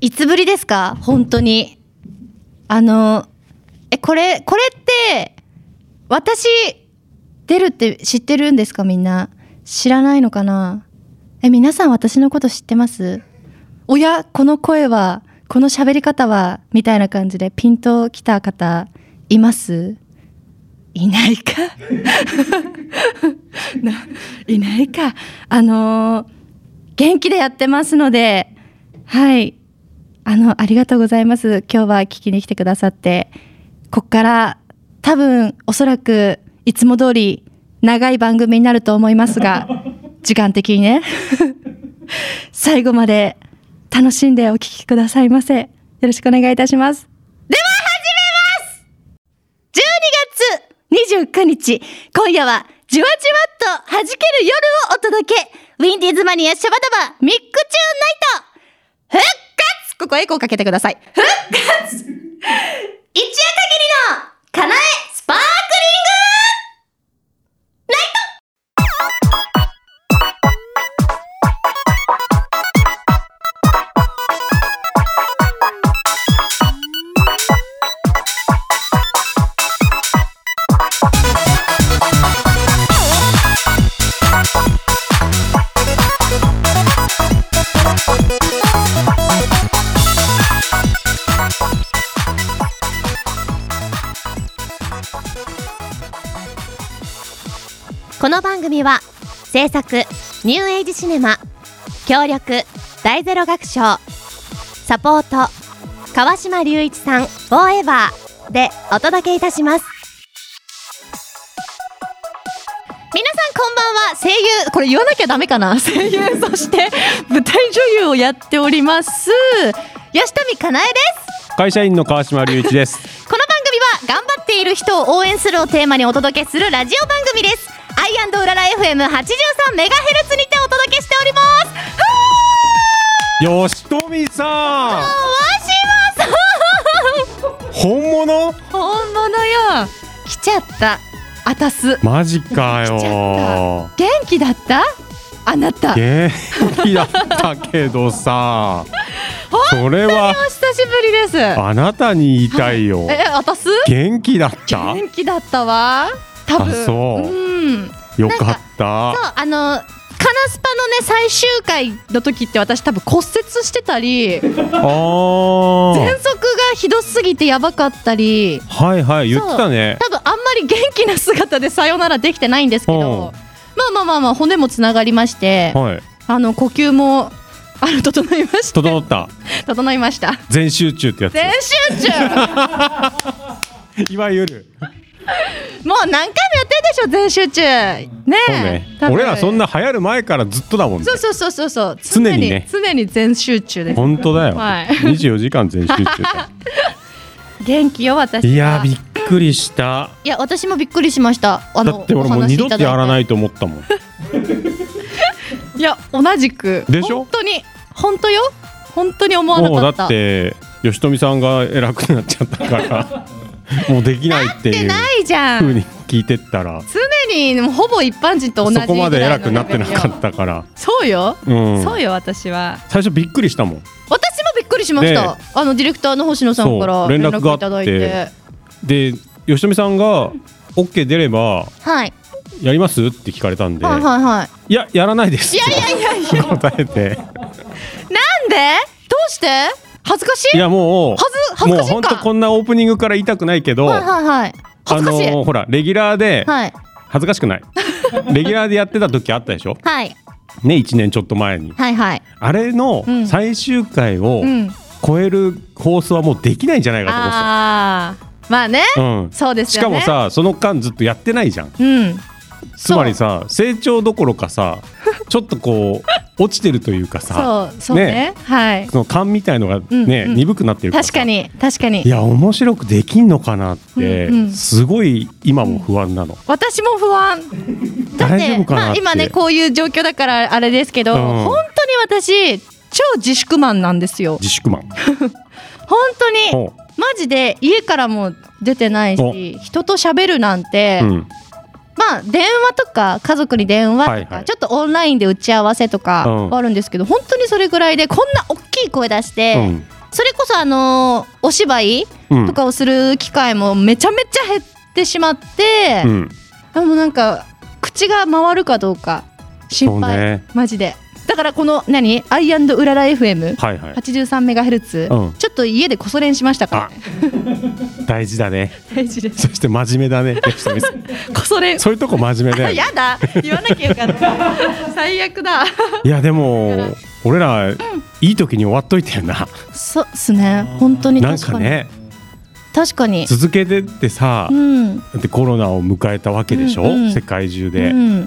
いつぶりですか本当に。あの、え、これ、これって、私、出るって知ってるんですかみんな。知らないのかなえ、皆さん私のこと知ってますおや、この声は、この喋り方は、みたいな感じでピンときた方、いますいないかないないか。あのー元気でやってますので、はい。あの、ありがとうございます。今日は聞きに来てくださって、こっから多分おそらくいつも通り長い番組になると思いますが、時間的にね。 最後まで楽しんでお聞きくださいませ。よろしくお願いいたします。では始めます !12 月29日、今夜はじわじわっと弾ける夜をお届けウィンディーズマニアシャバダバミックチューンナイト復活ここエコーかけてください。復活一夜限りのかなえスパークこの番組は制作ニューエイジシネマ協力大ゼロ学賞サポート川島隆一さんフォーエバーでお届けいたします皆さんこんばんは声優これ言わなきゃダメかな 声優そして舞台女優をやっております吉富かなえです会社員の川島隆一です。この番組は頑張っている人を応援するをテーマにお届けするラジオ番組ですアイうらら FM83 メガヘルツにてお届けしておりますふ吉富さん、ーわしまさん本物？本物よ来ちゃったあたすマジか来ちゃよ。元気だったあなた元気だったけどさ、それはお久しぶりですあなたに言いたいよ。え、あたす元気だった？元気だったわ多分あそううんそうよかった。あのカナスパのね最終回の時って私多分骨折してたり喘ああ、息がひどすぎてやばかったりはいはい言ってたね。多分あんまり元気な姿でさよならできてないんですけどうんまあまあまあまあ骨もつながりましてはい。あの呼吸もあの整いました整った。 整いました全集中ってや全集中つ。いわゆる。もう何回もやってるでしょ全集中ねえそうね。多分俺らそんな流行る前からずっとだもんねそ。うそうそうそうそう常にね常に全集中です本当だよ。はい24時間全集中 だ。元気よ私いやーびいっくりしたや私もびっくりしましたあだのって俺もう二度とやらないいと思ったもんいや同じくでしょ本当に本当よ本当に思わなもうかだったって吉富さんが偉くなっちゃったから もうできないっていうないじゃふうんに聞いてったら常にもうほぼ一般人と同じそこまでぐら偉いのくレなっベてルよなかったから、そうよ、うん、そうよ私は最初びっくりしたもん私もびっくりしましたあのディレクターの星野さんからそう連連絡絡をいがあってただいてで吉富さんが OK 出ればはいやりますって聞かれたんで、はいはいはいいややらないですいやいっやいやいやて答えてなんでどうして恥ずかしいいやもう恥ず恥ずもかしういか本当こんなオープニングから言いたくないけど、はいはいはい恥ずかしい、あのーほらレギュラーではい恥ずかし くないレギュラーでやってた時あったでしょはいね1年ちょっと前にはいはいあれのうん最終回をうん超える放送はもうできないんじゃないかと思ってたああまあね、うんそうですしよかねもさその間ずっとやってないじゃんうんつまりさ成長どころかさちょっとこう落ちてるというかさそうそうねねはいその勘みたいのがね、うんうん鈍くなってるから確さかに確かいにや面白くできんのかなって、うんうんすごい今も不安なの、私も不安だって大丈夫かなって、まあ、今ねこういう状況だからあれですけど、うん本当に私超自粛マンなんですよ自粛マン本当におうマジで家からも出てないし人と喋るなんて、うんまあ電話とか家族に電話とか、はいはいちょっとオンラインで打ち合わせとかうんはあるんですけど、本当にそれぐらいでこんな大きい声出して、うんこそあのーお芝居うんとかをする機会もめちゃめちゃ減ってしまって、うんあもうなんか口が回るかどうか心配、そうねマジでだからこの何アイウララ FM83 はいはいメガヘルツうんちょっと家でこそ練しましたからあね大事だね 大事ですそして真面目だね レクさんこそ練そういうとこ真面目だあよね やだ言わなきゃよかった最悪だいやでも俺らいい時に終わっといたよなそうっすね本当になん確かかにね確かに続けてってさうんだってコロナを迎えたわけでしょうんうん世界中うでん、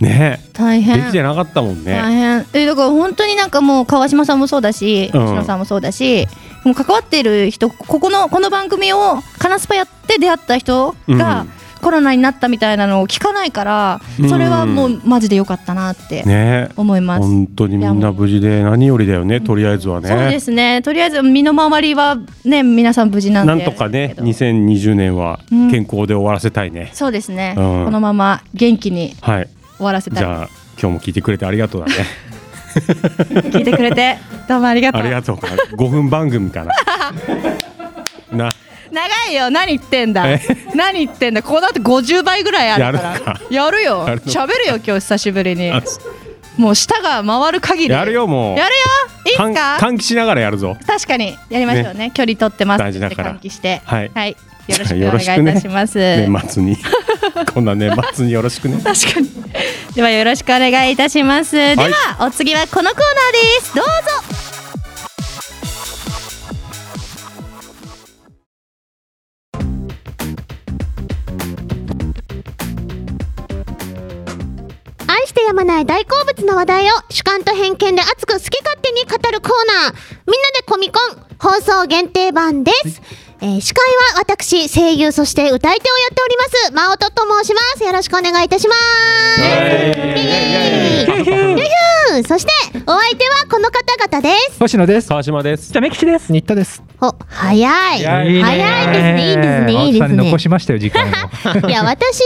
ね大で変きてなかったもん大ね変えだから本当になんかもう川島さんもそうだしうん吉野さんもそうだし、もう関わっている人ここのこの番組をカナスパやって出会った人が、うんコロナになったみたいなのを聞かないからそれはもうマジで良かったなってね思います。本当にみんな無事で何よりだよねとりあえずはそうでねすねとりあえず身の回りはね皆さん無事なんでなんとかけねど2020年はうん健康で終わらせたいねそうですね、うんこのまま元気にはい終わらせじたいゃあ今日も聞いてくれてありがとうだね聞いてくれて どうもありがとあうりがとう5分番 組かなな長いよ何言ってんだえ何言ってんだこの後50倍ぐらいあるからやるかやるよやるの喋るよ今日久しぶりにあもう舌が回る限りやるよもうやるよいいっす換か換気しながらやるぞ確かにやりましょうね距離取ってます大事だから換気してはいよろしくお願いいたします、年末に こんな年末によろしくね確かにではよろしくお願いいたします、ではお次はこのコーナーですどうぞ愛してやまない大好物の話題を主観と偏見で熱く好き勝手に語るコーナーみんなでコミコン放送限定版です、えー司会は私声優そして歌い手をやっております真音と申しますよろしくお願いいたしますイエーイそしてお相手はこの方々です星野です。川島ですじゃめきちです。新田です。お早い早いね早いですねいいですねいいですね青木さんに残しましたよ時間 を。いや私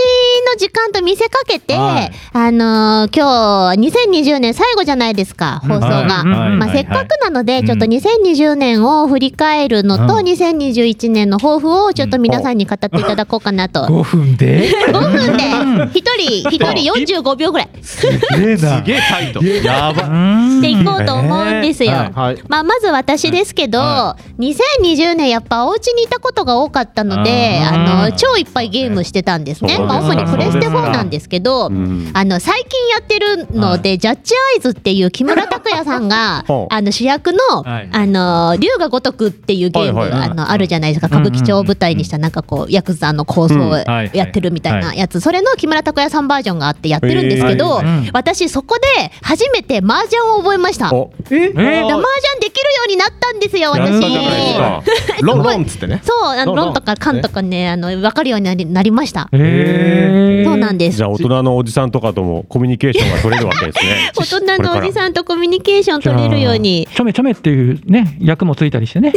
の時間と見せかけて、はいあのー今日2020年最後じゃないですか放送が、うんはいまあ、はいせっかくなので、うんちょっと2020年を振り返るのと、うん2021年の抱負をちょっと皆さんに語っていただこうかなと、五分で。 5分で1人1人45秒ぐらいすげえな。すげえタイト。やば。うんでいこうと思うんですよ。はい。まあ、まず私ですけど、は2020年やっぱお家にいたことが多かったのでああーの超いっぱいゲームしてたんですね、そうですまあ、主にプレステ4なんですけどうんあの最近やってるので、ジャッジアイズっていう木村拓哉さんが ほうあの主役の、はいあの龍が如くっていうゲーム、はいはいあのあるじゃないですか歌舞伎町を舞台にしたなんかこうヤクザの構うん想をはいはいやってるみたいなやつ、それの木村拓哉さんバージョンがあってやってるんですけへーど、はいはい私そこで初めて麻雀を覚えました。おええだから麻雀できるようになったんですよやったじゃ私。ないですかロンロンっつってね。そう、あのロン論とか勘とかね、あの分かるようになりなりました。えそうなんですじゃ。あ大人のおじさんとかともコミュニケーションが取れるわけですね大人のおじんさんとコミュニケーション取れるように。ちょめちょめっていうね役もついたりしてね。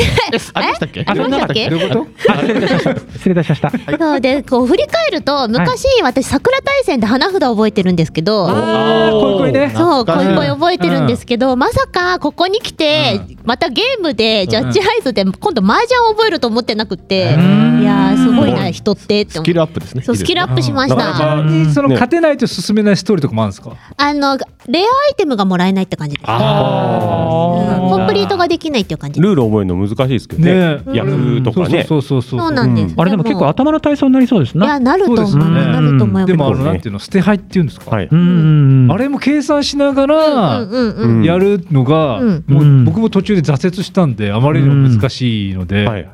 ありました っけあそうでしたっけどういうことあ失礼いたしました。失礼いたしました。そうでこう振り返ると昔、私桜大戦で花札覚えてるんですけどあーこいこいねそうこ懐かしいいこい覚えてるんですけど、まさかここに来て、またゲームでジャッジアイズで今度麻雀を覚えると思ってなくて、うんいやーすごいな人ってってス思ってキルアップですね。そうスキルアップしましなた。かなかにその勝てないと進めないストーリーとかもあるんですか。あのレアアイテムがもらえないって感じです。うんコンプリートができないっていう感じ。ルール覚えるの難しいですけどねねヤフーとかねそうそうそそうそうう。なんです。あれでも結構頭の体操になりそうですいね。やなると思うそうですねなると思いでもあます。のなんていうの捨て牌っていうんですか。はいうんうんうん。あれも計算しながら。うんうんうん。うんやるのが、うんもううん僕も途中で挫折したんであまりにも難しいので、はい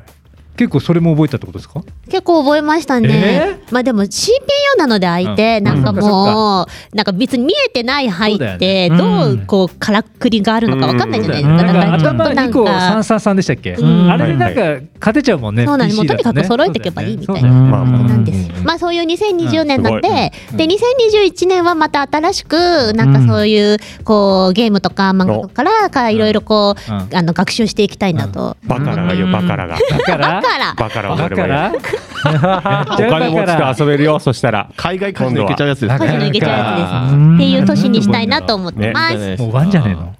結構それも覚えたってことですか結構覚えましたね。えまあでも CPO なので相手、うんなんかうんそもう、なんか別に見えてない入そうだっよて、ねどううんこうからくりがあるのかわかんないじゃないですか。だからなちょんっかと頭な2ん個か、 333でしたっけ、うんあれでなんか勝てちゃうもんね、そうなんです PC だもうとにかく揃えてけばいいみたいなそうだよねまあまあなんですよ。まあそういう2020年なんで、で2021年はまた新しくなんかそういうこうゲームとか漫画とかからかいろいろこううんあの学習していきたいなと。バカラがよバカラがだからだからバカラをだ覚えれかばいらい お金持ちと遊べるよそしたら海外カジノ行けちゃうやつです個人今度はのいけちゃうやつですうね。んっていう年にしたいなと思ってます。ねもうワンじゃねえの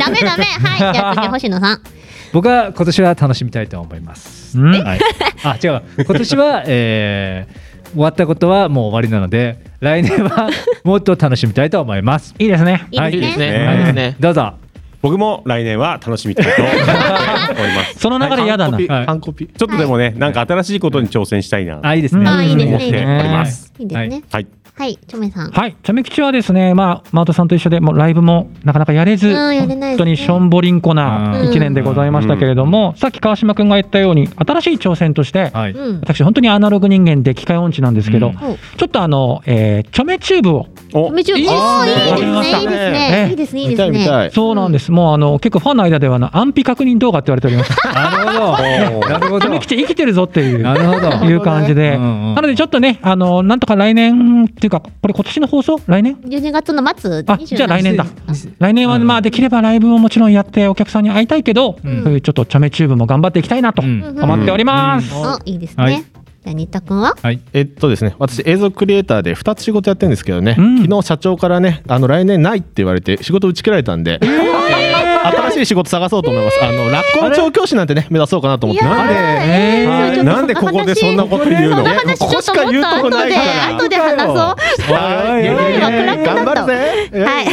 ダメダメはいじゃあ次星野さん僕は今年は楽しみたいと思 います。うんはい、あ違う今年は、えー終わったことはもう終わりなので来年 はもっと楽しみたいと思います。いいですね。いいいいでですすね。ね。いいですね。どうぞ。僕も来年は楽しみたいと思い ます。その流れ嫌だな。はい完コピ。ちょっとでもね、なんか新しいことに挑戦したいな。あいいですね。あいいです思ねっております。いいですね。はい。はい、チョメさん。はい、チャメ吉はですね、まあ、マートさんと一緒で、もうライブもなかなかやれず、うんやれないですね本当にしょんぼりんこなうん1年でございましたけれども、さっき川島君が言ったように、新しい挑戦として、はい。うん。私、本当にアナログ人間で機械音痴なんですけど、うんちょっとあの、えー、チョメチューブを、おめちゃいいですね。いいですね。いいですね。いいで見すたい見ね。たい。そうなんです、もうあの結構ファンの間ではあの、安否確認動画って言われております。なるほど。なるほチどャ。メ吉、生きてるぞっていう。なるほど。いう感じで、うんうんなのでちょっとね、あのなんとか来年っていうか、これ、今年の放送、来年12月の末、あじゃあ来年だ27来年はうんまあできればライブをもちろんやってお客さんに会いたいけど、うんそういうちょっとチャメチューブも頑張っていきたいなとうんうん思っております。うんあ、いいですはねい。じゃあ、新田くんはえっとですね、私映像クリエイターで2つ仕事やってるんですけどね、うん昨日社長からねあの来年ないって言われて仕事打ち切られたんで、えー新しい仕事探そうと思いますあのラッコの調教師なんてね目指そうかなと思ってなんで、えーーちょっとなんでここでそんなこと言うそのの話ちょっともっと後で、後で話そう。はいおいおいおい頑張るぜ、えーはい。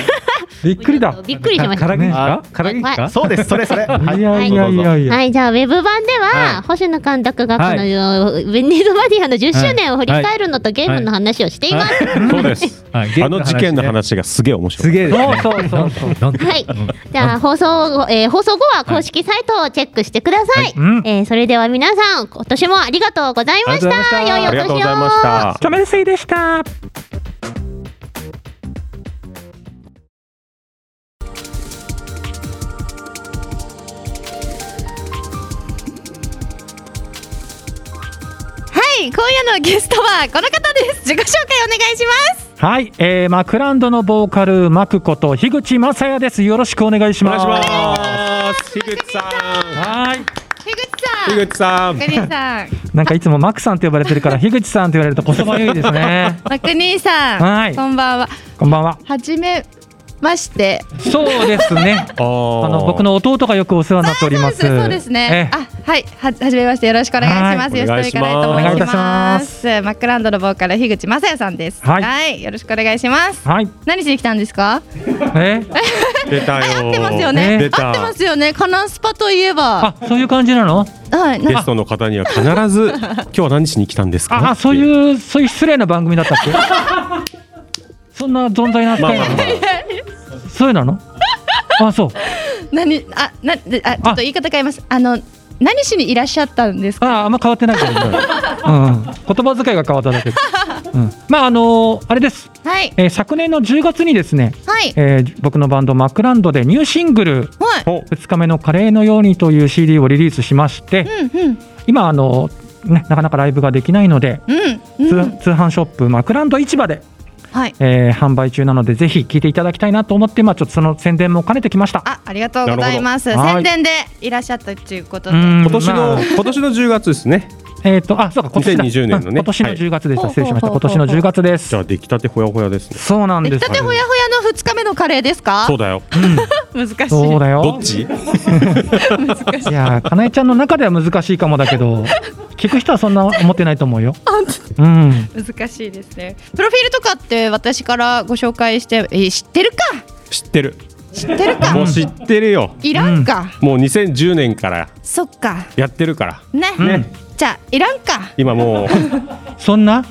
びっくりだ。びっくりしましかた。らげですかあ？からげですか？そうですそれそれ、はいいやいやいやいや。はい、じゃあ、ウェブ版では、星野監督がこの、はウいェニーズマディアの10周年を振り返るのとゲームの話をしています。そうです。はいあの事件の。話がすげえ面白すい。げえですね。そうそうそうそうなんで。はい。じゃあ、放送後、えー放送後は公式サイトをチェックしてください。うんえーそれでは皆さん、今年もありがとうございました。ありがとうございました良いおありが年とをうございました。チャメルスイでした。はい、今夜のゲストはこの方です。自己紹介お願いします。はい、えー、マクランドのボーカルマクこと樋口雅也です。よろしくお願いしお願まいしす。ます。樋口さはい。樋口ん。さん。樋口さん。口さん。。なんかいつもマクさんと呼ばれてるから、樋口さんと言われると言葉良いですねマクニーさん。はいこんばんは。こんばんは。はじめまして。そうですね。ああーの僕の弟がよくお世話になっております。そうですね。ええあ、はい、ははじめまして、よろしくお願いします。はい吉田美香奈とお願いします申します。マックランドのボーカル樋口雅也さんです。はいよろしくお願いします。はい。何しに来たんですか。え出たよ。合ってますよねね出。合ってまた。すよね。カナスパといえばあ。そういう感じなの？はい、なんゲかストの方には必ず今日は何しに来たんですか。ああそう。ういうそういう失礼な番組だ ったっけ？そんな存在なまあ扱いまなあの まあ。そういうなの？あそう。何、あ、な、であ、ちょっと言い方変えます。あの、何しにいらっしゃったんですか。ああんま変わってない けど。うん。言葉遣いが変わっただけで。うん。まああのーあれです。はい。えー昨年の10月にですね、はい。えー僕のバンドマクランドでニューシングルはい。お2日目のカレーのようにという CD をリリースしまして、うん、うん、今あのねなかなかライブができないので。うん、通うん。通販ショップマクランド市場で、はい。えー販売中なのでぜひ聞いていただきたいなと思って、まあ、ちょっとその宣伝も兼ねてきました。あ、ありがとうございます。なるほど宣伝でいらっしゃったということで。今今年の今年の10月ですね。えっ、とあそうか今年だ2020年のねうん今年のはい10月でしほた、うほう失礼しましたほう今ほう年の10月でじすゃあ出来たてほやほやですね。そうなん出で来すたてほやほやの二日目のカレーですかそうだよ。難しいそうだよどっち？いやーかなえちゃんの中では難しいかもだけど聞く人はそんな思ってないと思うようん難しいですねプロフィールとかって私からご紹介してえ知ってるか知ってる。知ってるかもう知ってるよ。いらんか、もう2010年からそっかやってるから。ねうんじゃあいらんか 今もうそんな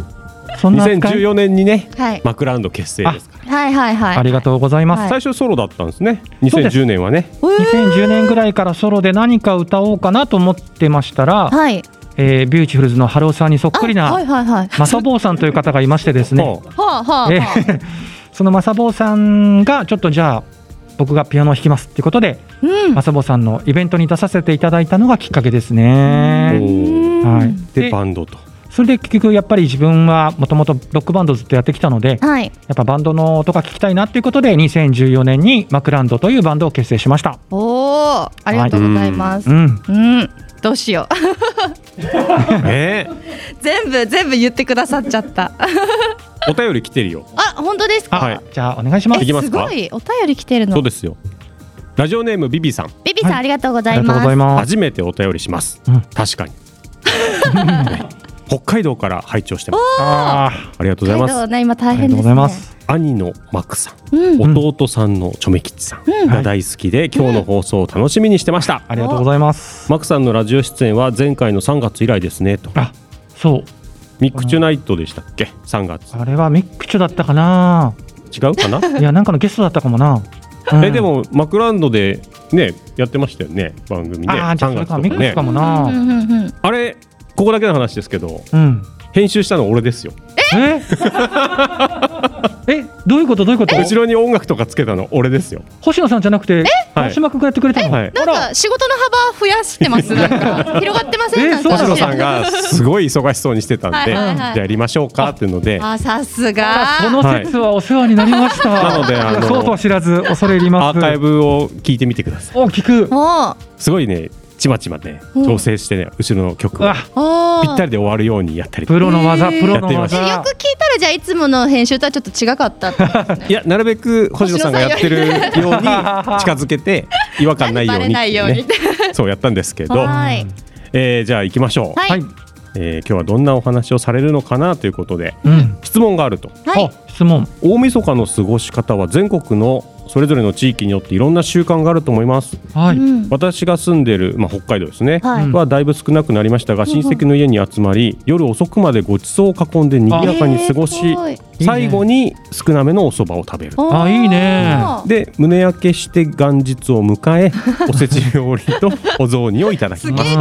そんな扱い2014年にねはいマクランド結成ですから。はいはいはいありがとうございます、はい最初ソロだったんですね。そうです2010年はね。うー2010年ぐらいからソロで何か歌おうかなと思ってましたら、はいえービューティフルズの春尾さんにそっあくりはいなはいはいマサボーさんという方がいまして ですね、もはあはあ、えはーそのマサボーさんがちょっとじゃあ僕がピアノを弾き ますっていうことで、あ、うんマサボーさんのイベントに出させていただいたのがきっかけですね。うはういん、ででバンドと。それで結局やっぱり自分はもともとロックバンドずっとやってきたのではいやっぱバンドの音が聞きたいなっていうことで2014年にマクランドというバンドを結成しました。おーありがとうございます、うんうん、どうしようえー全部全部言ってくださっちゃったお便り来てるよ。あ本当ですか、あ、はいじゃあお願いしまえすいきますすかごいお便り来てるのそうですよ。ラジオネームビビさんビビさん、はいありがとうござありいがとうますございます。初めてお便りします、うん確かに ね北海道から拝聴してますあありがとうござい北海ま道ね今大すありが変とですうござねいます。兄のマクさん、うんん弟さんのチョメキッチさんが大好きで、今日の放送を楽しみにしてました、ありがとうございます。マクさんのラジオ出演は前回の3月以来ですねとあ、そう。ミックチュナイトでしたっけ3月あれはミックチョだったかな。違うかないや、なんかのゲストだったかもな。うんえで。もマクランドでねやってましたよね番組ねああ、じゃあ3それ月とか、かミックねスかもうんな。うんうんうんあれここだけの話ですけどうん。編集したの俺ですよええ、 どういうことどういうこと後ろに音楽とかつけたの俺ですよ星野さんじゃなくて、はい川島君がやってくれたの、はいなんか仕事の幅増やしてますなんか広がってませんえなんそうな星の野さんがすごい忙しそうにしてたんで、はいはいはいじゃあやりましょうかっていうのであさすあそがの説はお世話になりました、なのであのそうとは知らず恐れ入りアますーカイブを聞いてみてくださいお聞くもすごいねちまちまねうん調整してね後ろの曲うをわうおぴーったりで終わるようにやったりプロの技へープロのやってえよ技く聞いたらじゃあいつもの編集とはちょっと違かったってことですねいやなるべく星野さんがやってるように近づけて違和感ないよバうレにっなていいよううにねってそうやったんですけど、はいえーじゃあ行きましょう、はいはいえー今日はどんなお話をされるのかなということでうん質問があるとはいあ質問大晦日の過ごし方は全国のそれぞれの地域によっていろんな習慣があると思いますはい、うん私が住んでる、まあ、北海道ですね、はいはだいぶ少なくなりましたが親戚の家に集まり夜遅くまでごちそうを囲んで賑やかに過ごし、えーすごい最後に少なめのお蕎麦を食べるおーあいいねで胸焼けして元日を迎え おせち料理とお雑煮をいただきすまげすえ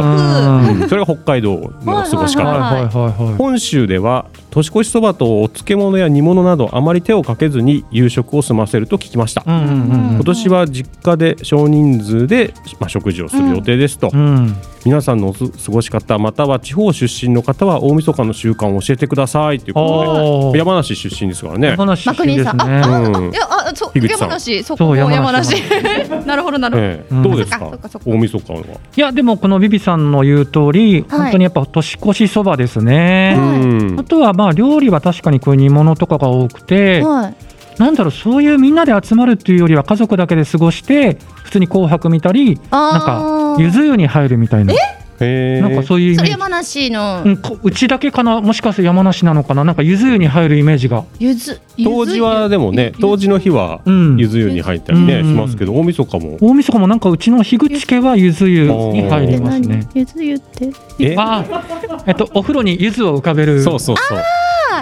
うんそれが北海道の過ごしはいはい方はいは本州では年越しそばとお漬物や煮物などあまり手をかけずに夕食を済ませると聞きましたいうんうんうん今年は実家で少人数で、まあ、食事をする予定ですと、うん皆さんのお過ごし方または地方出身の方は大晦日の習慣を教えてくださいというこおとーで山梨出身ですからね山、梨出身ですマクねうんいやあそう樋口さ山ん梨そそこう山山梨 梨なるほどなるほど、ええうんどうですそっかかそっかそっか大晦日はいやでもこのビビさんの言う通り、本当にやっぱ年越しそばですね、うんあとはまあ料理は確かにこういう煮物とかが多くて、はいなんだろうそういうみんなで集まるっていうよりは家族だけで過ごして普通に「紅白」見たりあなんーかゆず湯に入るみたいなへなんかーそういうイそメれージ山梨のうんこうちだけかなもしかして山梨なのかななんかゆず湯に入るイメージがゆずゆず当時はでもね当時の日はうんゆず湯に入ったりね、うしんますけど大晦日も大晦日もなんかうちの樋口家はゆず湯に入りますねゆずゆってえあーえっとお風呂にゆずを浮かべるそうそうそう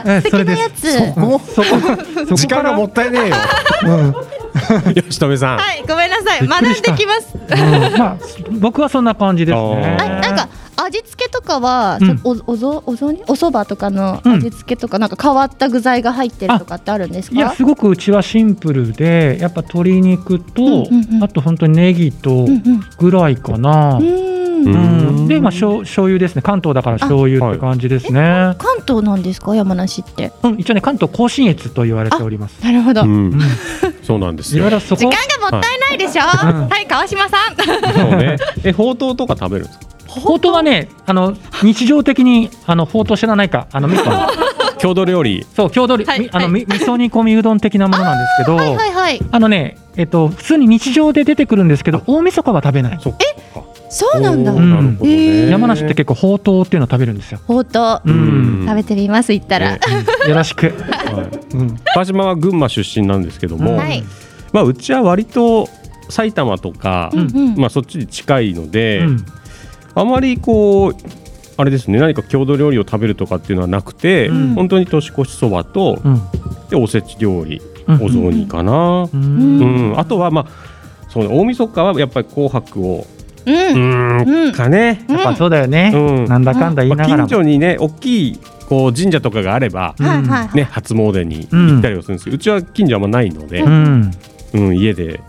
え素それ敵なですやつそこそこ時間がもったいねえようん 吉留さん、はいごめんなさいびっ学くんりしたできますうんまあ僕はそんな感じですねあーなんか味付けとかは、うんそおおぞお雑煮お蕎麦とかの味付けとか、なんか変わった具材が入ってるとかってあるんですかいやすごくうちはシンプルでやっぱ鶏肉と、うんうんうんあと本当にネギとうんうんぐらいかな、ううんーんうんでまあしょう醤油ですね関東だから醤油って感じですね、関東なんですか山梨ってうん、一応ね関東甲信越と言われておりますなるほど、ううんん、いそうなんですろよいろそ時こ間がもったいないでしょ、いうんはい川島さんそうねえほうとうとか食べるんですかほうとうはねあの日常的にあのほうとう知らないかあのみ郷土料理そう郷土料理、はいみあのみ味噌煮込みうどん的なものなんですけどあ,、はいはいはいのねえっと普通に日常で出てくるんですけど大晦日は食べないそっかそうなんだおうーんなるほどねえー山梨って結構ほうとうっていうのを食べるんですよ、ほうとううんうん食べてみます行ったら、ねうんよろしく、はいうん、川島は群馬出身なんですけども、うんはいまあうちは割と埼玉とか、うんうんまあそっちに近いので、うんあまりこうあれですね何か郷土料理を食べるとかっていうのはなくて、うん本当に年越しそばと、うんでおせち料理うんお雑煮かな、ううんうんあとはまあそうね大晦日はやっぱり紅白をうん、うーうんんかね、うんまあそうだよね、うんなんだかんだ言いまなあ、がらも近所にね大きいこう神社とかがあれば、うんはいはいはい、ね、初詣に行ったりはするんですけど、うちは近所あんまないので、ううんん、家で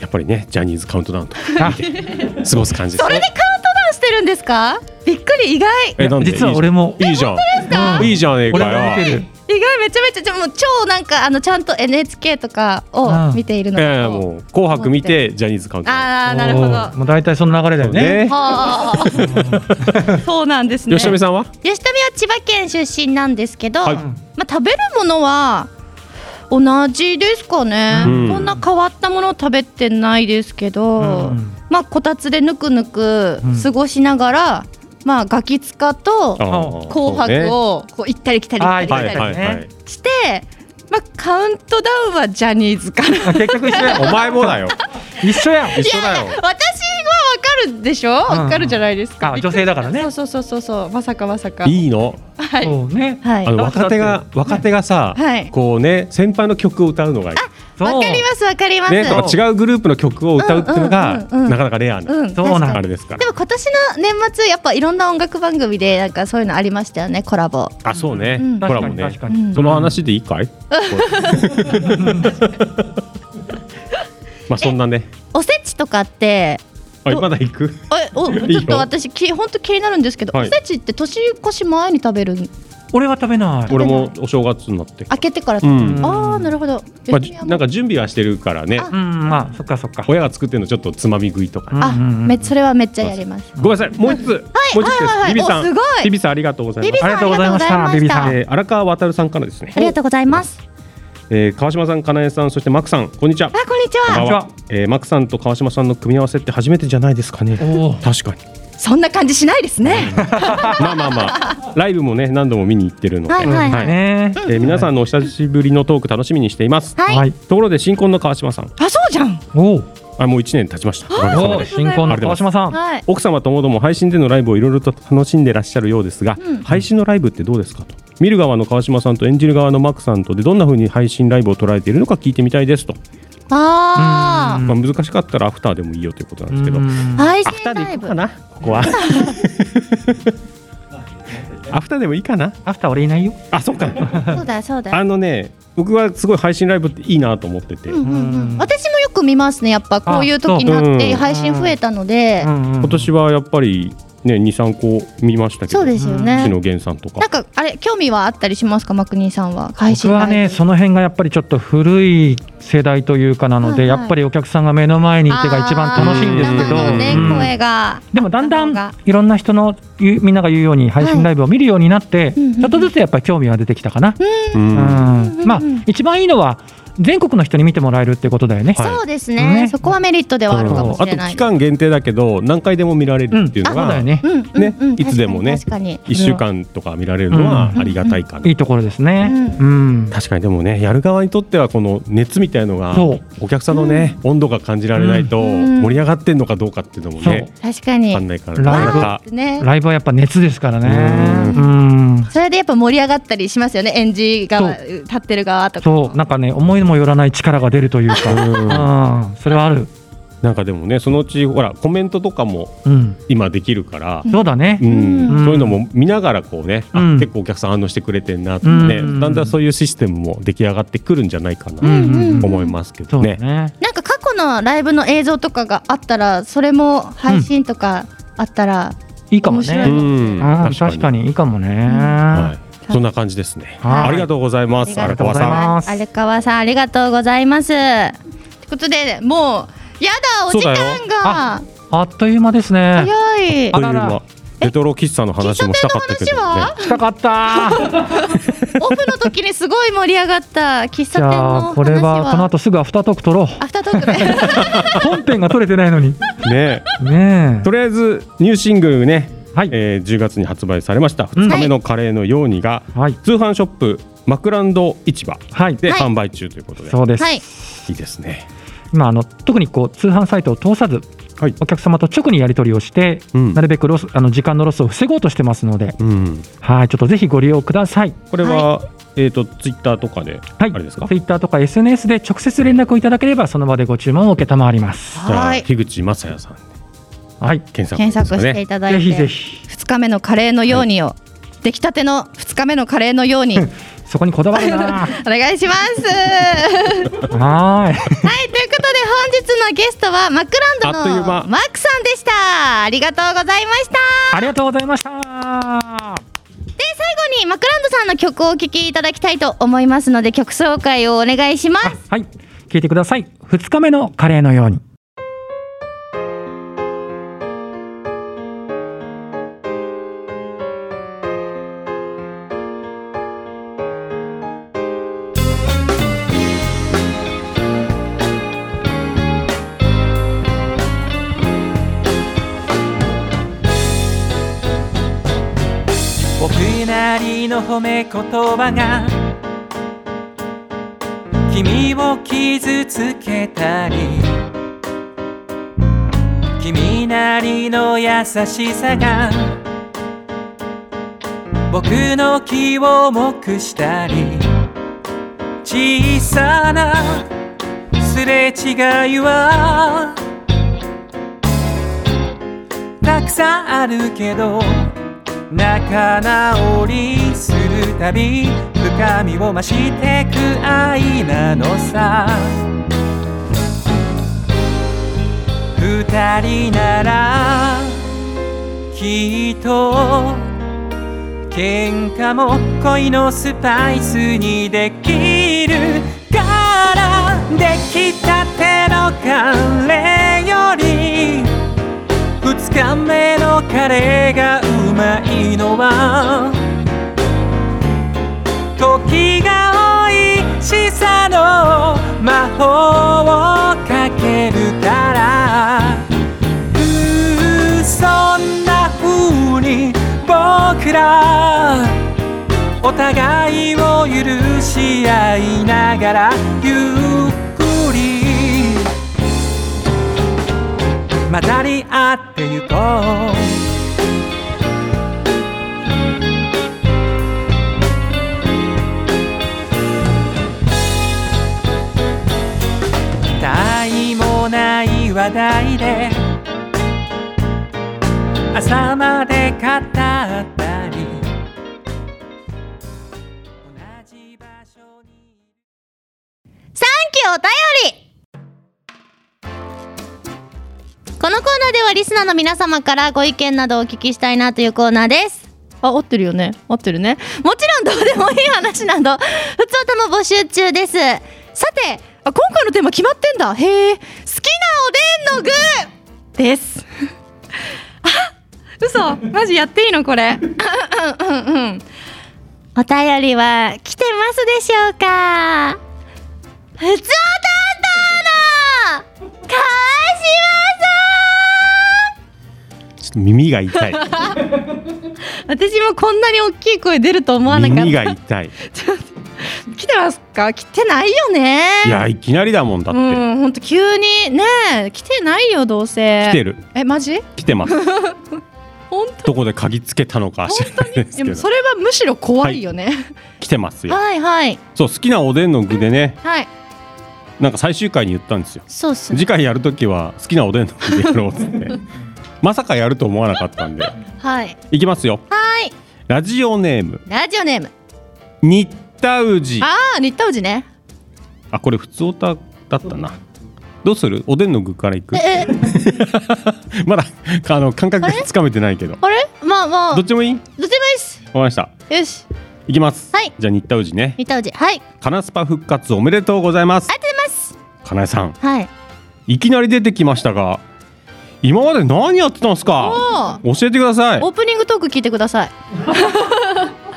やっぱりねジャニーズカウントダウンとかあ見て過ごす感じですそれで。カウントダウねンしてるんですかびっくり意外えなんで実は俺もいいじゃんかいいじゃんいいじゃんええ俺かも見てよ。る意外めちゃめちゃじゃあもう超なんかあのちゃんと NHK とかを見ているのえかとえもう紅白見てジャニーズカウントダウン。ああなるほどおーもう大体その流れだよねねは あそうなんですね吉富さんは？吉富は千葉県出身なんですけど、はいまあ食べるものは同じですかね、うんこんな変わったものを食べてないですけど、うんまあこたつでぬくぬくうん過ごしながら、まあガキ使とあー紅白をこう行ったり来たり行ったそりうね来たはいはいはいりして、まあカウントダウンはジャニーズ から。あ結局一緒やお前 もだよ一緒やん一緒だよ私はわかるでしょわ、うんかるじゃないですかあ女性だからねそうそうそうそうそうまさかまさかいいのはいそうねはいあのだ若手が若手がさ、はいこうね先輩の曲を歌うのがいいそうわかりますわかります、ね、とか違うグループの曲を歌うっていうのが、うんうんうんうんなかなかレアな、うん、そ確うかなんにあれですからでも今年の年末やっぱいろんな音楽番組でなんかそういうのありましたよねコラボあそうね、うんコ確ラかボにね確かに、うんその話でいいかい まあそんなねおせちとかってあおまだ行くえおいちいよょっと私き本当気になるんですけど、はいおせちって年越し前に食べる俺は食べない俺もお正月になって、開けてから、うんああなるほど、ま別にあ、あんなまんか準備はしてるからねあうんまあそっかそっか親が作ってるのちょっとつまみ食いとか、うんあうんめそれはめっちゃやりますごめんなさいもう一つ、もう一つです、はいはいビビさんおすごいビビさんありがとうございますビビさんありがとうございましたありがとうございまビビさんえー荒川渉さんからですねあ、りがとうございますえー川島さん、かなえさん、そしてマクさん、こんにちは。あこんにちはこんばんこんは。えーマクさんと川島さんの組み合わせって初めてじゃないですかね。おー確かに。そんな感じしないですねまあまあまあ、ライブもね、何度も見に行ってるので。はいはいはいねえー皆さんのお久しぶりのトーク楽しみにしています。はい、はい、ところで新婚の川島さん、あそうじゃんおーあもう1年経ちました。おかげさまおーで新婚の川島さんはい奥様ともども配信でのライブをいろいろと楽しんでらっしゃるようですが、うん配信のライブってどうですかと見る側の川島さんと演じる側のマクさんとでどんな風に配信ライブを捉えているのか聞いてみたいですと、あまあ、難しかったらアフターでもいいよということなんですけど、あ配アフタ信ーでライ行こうブかなここはアフターでもいいかなアフター俺いないよあそっかそうだそうだあのね僕はすごい配信ライブっていいなと思ってて、うんうんうんうん私もよく見ますねやっぱこういう時になっあそてう配信増えたので、今今年はやっぱりね23個見ましたけどそうですよね、星野源さんとかなんかあれ興味はあったりしますかマクニーさんは配僕信はライねブその辺がやっぱりちょっと古い世代というかなので、はいはいやっぱりお客さんが目の前にいてが一番楽しいんですけど、あー生のね、うん声がでもだんだあった方んがいろんな人の言うみんなが言うように配信ライブを見るようになって、うんうんちょっとずつやっぱり興味は出てきたかな、うんうんまあ一番いいのは全国の人に見てもらえるってことだよね、はいそうですねねそこはメリットではあるかもしあれとない期間限定だけど何回でも見られるっていうのそうだが、よねうんうんねうんいつでもね確かに1週間とか見られるのはありがたいかな、いいところですねううん、確かにでもねやる側にとってはこの熱みたいのがそうお客さんのね、温度が感じられないとうん盛り上がってんのかどうかっていうのもね、確かわにかん確ないからなかなライブかかにねライブはやっぱ熱ですからねううんそれでやっぱ盛り上がったりしますよね演じ側そ立ってる側とかそうなんかね思いもよらない力が出るというか、うん、それはある、なんかでもねそのうちほらコメントとかもうん、今できるから、そうだねう、んうんそういうのも見ながらこうね、あうん結構お客さん反応してくれてんなとかね、うんだんだんそういうシステムも出来上がってくるんじゃないかなとうんうん思いますけそどうだね。ねなんか過去のライブの映像とかがあったらそれも配信とかあったら、いいかもね面う白いんうん確かにいいかもね、はい、そんな感じですね。はいありがとうございます。あり荒がとうご川ざいさん。ます荒川さんありがとうございます。ということでもうやだお時間があっという間ですね早い。とあいうらら間レトロ喫茶の話もしたかったけど喫茶店の話ね。来たか ったーオフの時にすごい盛り上がった喫茶じ店の話ゃは。あこれはこの後すぐアフタートーク取 ろうアフタートークで本編が取れてないのにねねえ、とりあえずニューシングルね、はいえー10月に発売されました。うん2日目のカレーのようにが、えはい通販ショップマクランド市場はいで販売中ということで、そうです、はい。い、いですね。今あの特にこう通販サイトを通さずはいお客様と直にやり取りをして、うんなるべくロスあの時間のロスを防ごうとしてますので、うん、はいちょっとぜひご利用ください。これは、えっ、とツイッターとかで、はい、あれですか。ツイッターとか SNS で直接連絡をいただければその場でご注文を承ります。じゃあはい。樋口雅也さんはい、検索検索してでいすただいぜて。ひぜひ二日目のカレーのようにを、出来たての二日目のカレーのよう に おそこにこだわるな。 願いします。はい。ということでは本ーい。日のゲストはマクランあっとドいうの間マークさんでした。ありがとうございました。ありがとうございました。で最後にマクランドさんの曲をお聴きいただきたいと思いますので曲紹介をお願いしますあはい、聞いてください。2日目のカレーのように。 「りの褒め言葉が君を傷つけたり君なりの優しさが僕の気をもくしたり小さなすれ違いはたくさんあるけど仲直りするたび深みを増してく愛なのさ二人ならきっと喧嘩も恋のスパイスにできるからできたてのカレーより二日目のカレーがうまいのは時が美味しさの魔法をかけるからうーそんな風に僕らお互いを許し合いながらゆっくり混ざり合ってゆこうたいもない話題で朝まで語ったり同じ場所にサンキューお便りこのコーナーではリスナーの皆様からご意見などをお聞きしたいなというコーナーです。あ合ってるよね合ってるねもちろんどうでもいい話などふつおたも募集中です。さてあ今回のテーマ決まってんだへえ好きなおでんの具です あ嘘マジやっていいのこれうんうんうんお便りは来てますでしょうかふつお担当の川島ちょっと耳が痛い私もこんなに大きい声出ると 思わなかった耳が痛い来てますか来てないよねいやいきなりだもんだって、うんほんと急にねえ来てないよどうせ来てるえマジ来てます 本どこで鍵つけたのか知らないです当けでもどそれはむしろ怖いよね、来てますよはい、はいそう好きなおでんの具でねはいなんか最終回に言ったんですよそうっすね次回やるときは好きなおでんの具でやろうっつって まさかやると思わなかったんではいいきますよはいラジオネームラジオネーム新田氏あああ新田氏ねこれ普通オタだったなどうするおでんの具からいく まだあの感覚がつかめてないけどあれまあまあどどっちもいいわかっちもいいっすりましたよしいきます、はいじゃあ新田氏ね新田氏はいカナスパ復活おめでとうございますありがとうございますかなえさんはいいきなり出てきましたが今まで何やってたんですかお教えてくださいオープニングトーク聞いてください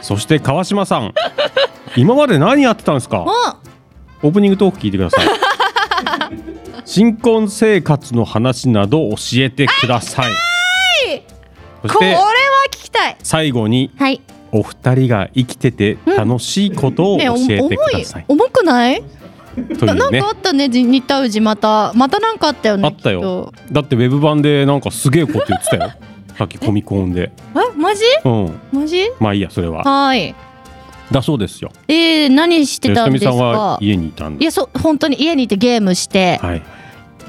そして川島さん今まで何やってたんですかオープニングトーク聞いてく ださい新婚生活の話など教えてくださいそしこれては聞きたい最後にはいお二人が生きてて楽しいことをね教おえて重くだいさい重くないといななうんねかあったねじ新田氏またまたなんかあったよねあったきとよだってウェブ版でなんかすげえこと言ってた よさっきコミコンでえマジうんマジまあいいやそれははいだそうですよえー、何して吉たんで富すさんはか家にいたんいでやそう本当に家にいてゲームして、はい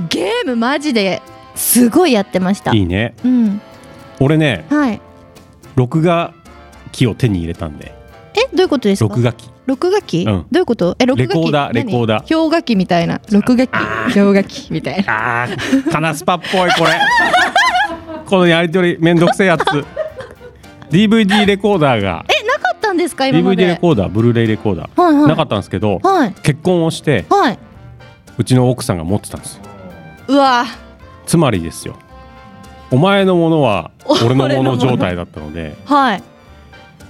ゲームマジですごいやってましたいいねうん俺ねはい録画機を手に入れたんでえどういうことですか録画機録画機、うんどういうことえ録画機レコーダー何レコーダ氷河期みたいな録画機氷河期みたいなあーカナスパっぽいこ れこのやりとりめんどくせえやつ DVD レコーダーがえなかったんですか今ま DVD レでコーダーブルーレイレコーダーはいはいなかったんですけどはい結婚をしてはいうちの奥さんが持ってたんですようわつまりですよお前のものは俺のもの状態だったのではい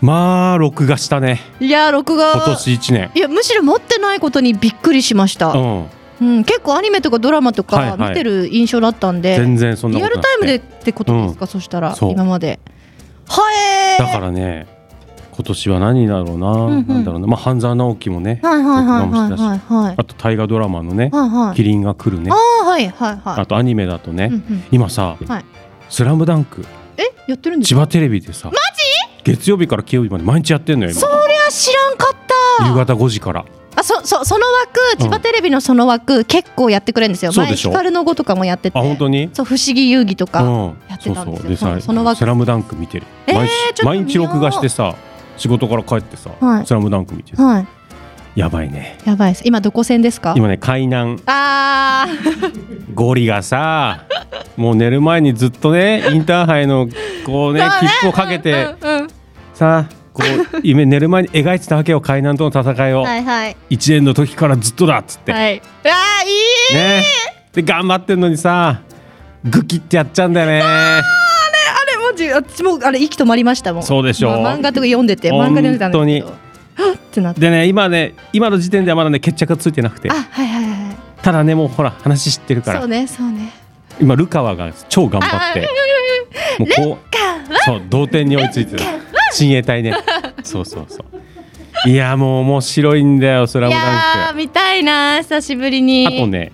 まあ録画したねいや録画今年1年いやむしろ持ってないことにびっくりしました、うんうん、結構アニメとかドラマとはいかはい見てる印象だったんで、全然そんなリこアとルなタイくムてでってことですか、そしたらそう今まではえー、だからね今年は何だろうな、うんうんなんだろうな、まあ、半沢直樹もね、はいはいはい録画もはいしたしはいはい。あと大河ドラマのね、はいはい。麒麟が来るねあ、あはいはいはあとアニメだとい。ね、うんうん今さ、はいスラムダンクえやってるんです千か。葉テレビでさ、月曜日から金曜日まで毎日やってんのよ。今そりゃ知らんかった。夕方5時から。あそそその枠うん千葉テレビのその枠、結構やってくれるんですよ。そうでしょ前光の語とかもやってて。あ、本当に。そう不思議遊戯とか。うんやってたんですよそうそうでさ、はいその枠スラムダンク見てる。えー毎ちょっと見よ日う毎日録画してさ、仕事から帰ってさ、はいスラムダンク見てる。はやばいね。いやばいです。今どこ戦ですか。今ね海南あゴリがさ、もう寝る前にずっとねインターハイのこうね切符をかけて、あ。うん。さあこう夢寝る前に描いてたわけよ海南との戦いを、はいはい。一年の時からずっとだっつって、はい。ああいい。ねで頑張ってんのにさグキってやっちゃうんだよねあれマジ私もうあれ息止まりましたもん。そうでしょうまあ漫画とか読んでて漫画で読んでたんですけど。本はっってなって。でね今ね今の時点ではまだね決着がついてなくてあはいはいはいはい。ただねもうほら話知ってるかそうらねそうね。今ルカワが超頑張ってもうこうそう同点に追いついてる親衛隊ねそうそうそういやもう面白いんだよスラいムやダーンク見たいなー久しぶりに。あとね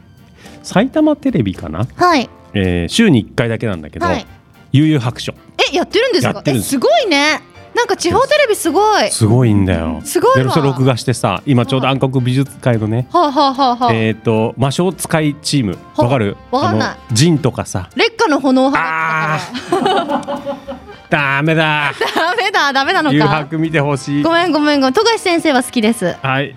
埼玉テレビかな、はいえー週に1回だけなんだけどはい「悠々白書えやってるんですやかってるえんですすごいねなんか地方テレビすごい」はすごいんだよすごいわでそれ録画してさ今ちょうど暗黒美術会のねあ、はあはあはあ、えっ、と魔性使いチームほわかるわかんないあのジンとかさ劣化の炎を放ったあかーダメだら ダメだダメなの誘か白見てほしいごめんごめんごめん富樫先生は好きですはい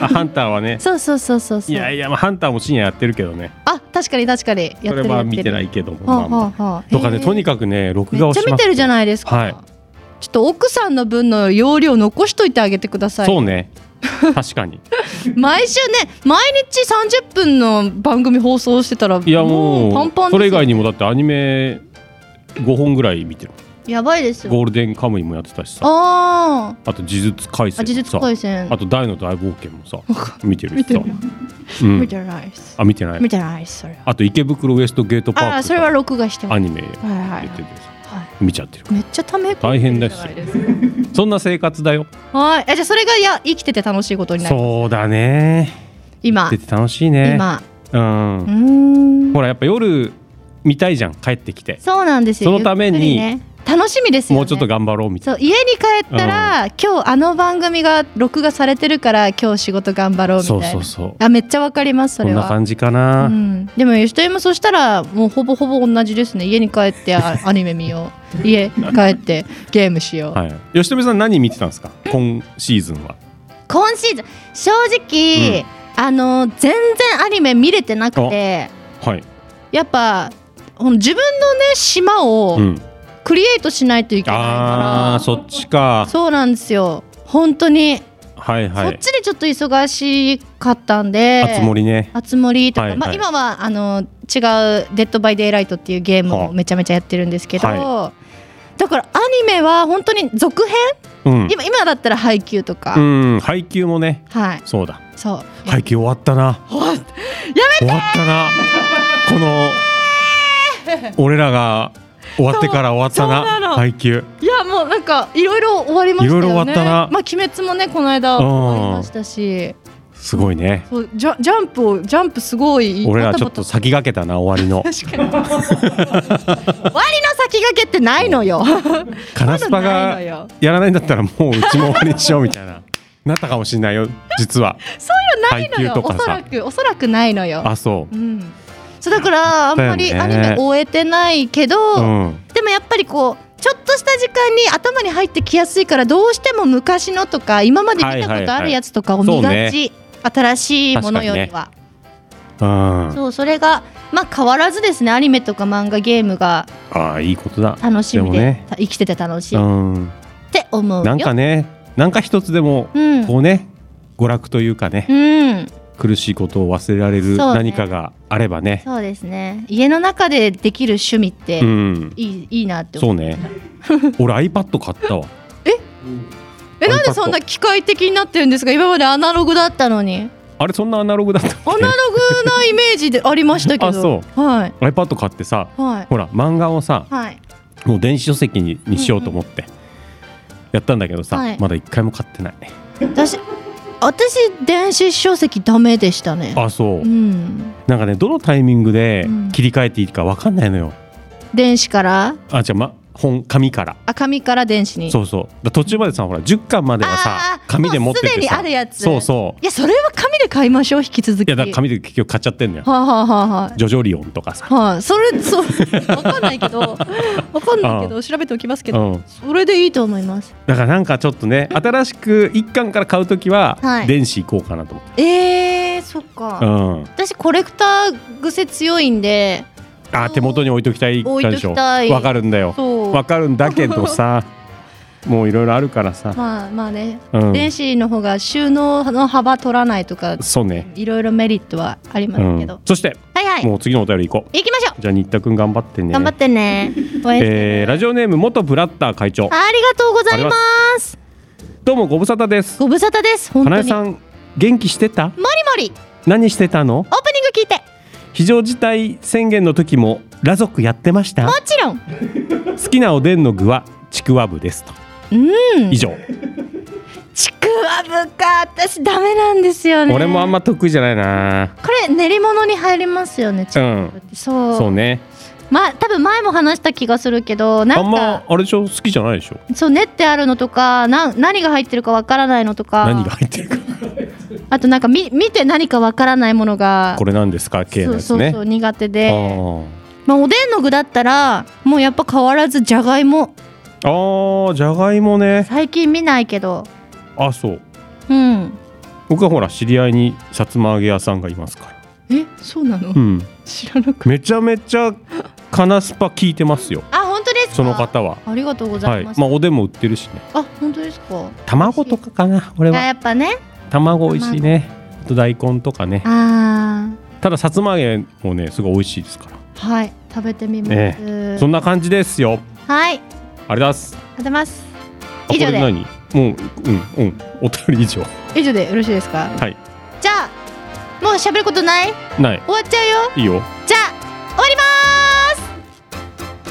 あハンターはねそうそうそうそうそういやいや、まあ、ハンターも深夜やってるけどねあ確かに確かにやってるそれやはってる見てないけども、はあまあはあはあとかねとにかかくね録め画をっしちまゃ見すてるじゃないですか、はいちょっと奥さんの分の容量残しといてあげてくださいそうね 確かに毎週ね毎日30分の番組放送してたらいやもうパンパンですそれ以外にもだってアニメ5本ぐらい見てるやばいですよゴールデンカムイもやってたしさああーと呪術廻あ戦呪も術さ廻戦あと大の大冒険もさ見てる見してさない、うん見てないですあ見てない見てないですそれはあと池袋ウエストゲートパークああそれは録画してまアすニメやはいはいっはていては見ちゃってるいめっちゃため大変だしですそんな生活だよはいえじゃあそれがいや生きてて楽しいことになるそうだね今出て楽しいね今うんうーんほらやっぱ夜見たいじゃん帰ってきてそうなんですよそのためにゆっくりね楽しみですよねもうちょっと頑張ろうみたいそう家に帰ったら、今日あの番組が録画されてるから今日仕事頑張ろうなみたそいうなそうそうあめっちゃわかりますそこんれなは感じかな、うん、でも吉田もそしたらもうほぼほぼ同じですね家に帰って あアニメ見よう家帰ってゲームしよう、はい吉富さん何見てたんですか今シーズンは今シーズン正直、あの全然アニメ見れてなくてはい、やっぱこの自分のね島をうん、クリエイトしないといけないあかあそっちからそうなんですよ本当に、はいはそっいちでちょっと忙しかったんで熱盛ね熱盛とか、はいまあ、はい今はあの違う「デッド・バイ・デイ・ライト」っていうゲームをめちゃめちゃやってるんですけど、はだからアニメは本当に続編、うん今今だったら配給とか、うん配給もねはいそうだそう配給終わったな終わったなこの俺らが終わってから終わったそうそうななの配給いやもうなんかいろいろ終わりましたよねいろいろ終わったなまあ鬼滅もねこの間うん終わりましたしすごいねそうジャジャンプをジャンプすごい俺らちょっと先駆けたな終わりの確かに終わりの先駆けってないの よカナスパまだながいのやよらないんだったらもううちも終わりにしようみた いななったかもしれないよ実はそういうのないのよ配給とおかそさらくおそらくないのよあそうんそうだからあんまりだよアねニメ終えてないけど、ううんでもやっぱりこうちょっとした時間に頭に入ってきやすいからどうしても昔のとか今まで見たはこいはいとはいあるやつとかを見がち、そうね新しいものよりは、うんあそうそれがまあ変わらずですねアニメとか漫画ゲームがあいいことだ楽しみででもね生きてて楽しいっうんて思うよなんかねなんか一つでもうんこうね娯楽というかねうん苦しいことを忘れられるそうね何かがあればねそうですね家の中でできる趣味ってうんいい,、いいなって思うそうね俺 iPad 買ったわえなん iPad でそんな機械的になってるんですか今までアナログだったのにあれそんなアナログだったっアナログなイメージでありましたけどあそはいけ iPad 買ってさはいほら漫画をさはいもう電子書籍ににしようと思って、やったんだけどさ、はいまだ一回も買ってない私私電子書籍ダメでしたねあそう、うんなんかねどのタイミングでうん切り替えていいかわかんないのよ電子からあじゃあ、ま、本紙からあ紙から電子にそうそうだから途中までさほら10巻まではあさー紙で持っててさもうすでにあるやつそうそういやそれは紙で買いましょう引き続きいやだから紙で結局買っちゃってんのよはあ、はあはあはあジョジョリオンとかさはい、それ、そう、わかんないけど、わかんないけど、調べておきますけうどん、それでいいと思います。だからなんかちょっとね新しく1巻から買うときははい電子行こうかなと思って、えー、そっか。うん私コレクター癖強いんで、あー手元に置いときたい感でし置いとょきたいわかるんだよそうわかるんだけ どさもういろいろあるからさ、まあまあね、うん電子の方が収納の幅取らないとか、そうね、いろいろメリットはありまうすけんど。、そして、はいはい、もう次のお便り行こう行きましょじゃあ新田くん頑張ってう。ね頑張ってね。応援してねえーラジオネーム元ブラッター会長ありがとうございます。どうもご無沙汰ですご無沙汰です。本か当なえに。さもりん元気してたもり、何してたのオープニング聞いて。非常事態宣言の時もラ族やってましたもちろん。好きなおでんの具はちくわぶですとうん以。上ちくわぶか、私ダメなんですよね。俺もあんま得意じゃないなこれ練り物に入りますよね。ちうくわんぶってそう。そうねまあ多分前も話した気がするけど、なんあんかまあれでしょ好きじゃないでしょそう練ってあるのとか、なん何が入ってるかわからないのとか、何が入ってるかあとなんか見見て何かわからないものが。これなんですか系のそうやそうつねそう苦手あで、ーまあおでんの具だったらもうやっぱ変わらずじゃがいもあーじゃがいもね最近見ないけど、あそううん、僕はほら知り合いにさつま揚げ屋さんがいますからえそうなの、うん知らなくめちゃめちゃカナスパ聞いてますよあ本当ですかその方はありがとうござはいいます、まあおでんも売ってるしねあ本当ですか卵とかかな俺あはやっぱね卵美味しいねあと大根とかねあーたださつま揚げもねすごい美味しいですからはい、食べてみます。えそんな感じですよはい、ありがありがとうございますとうございます。あ以上でこれ何もううんうんお便り以上以上でよろしいですか。はいじゃあ、もう喋ることない？ない終わっちゃうよ。いいよじゃあ、終わりまーす。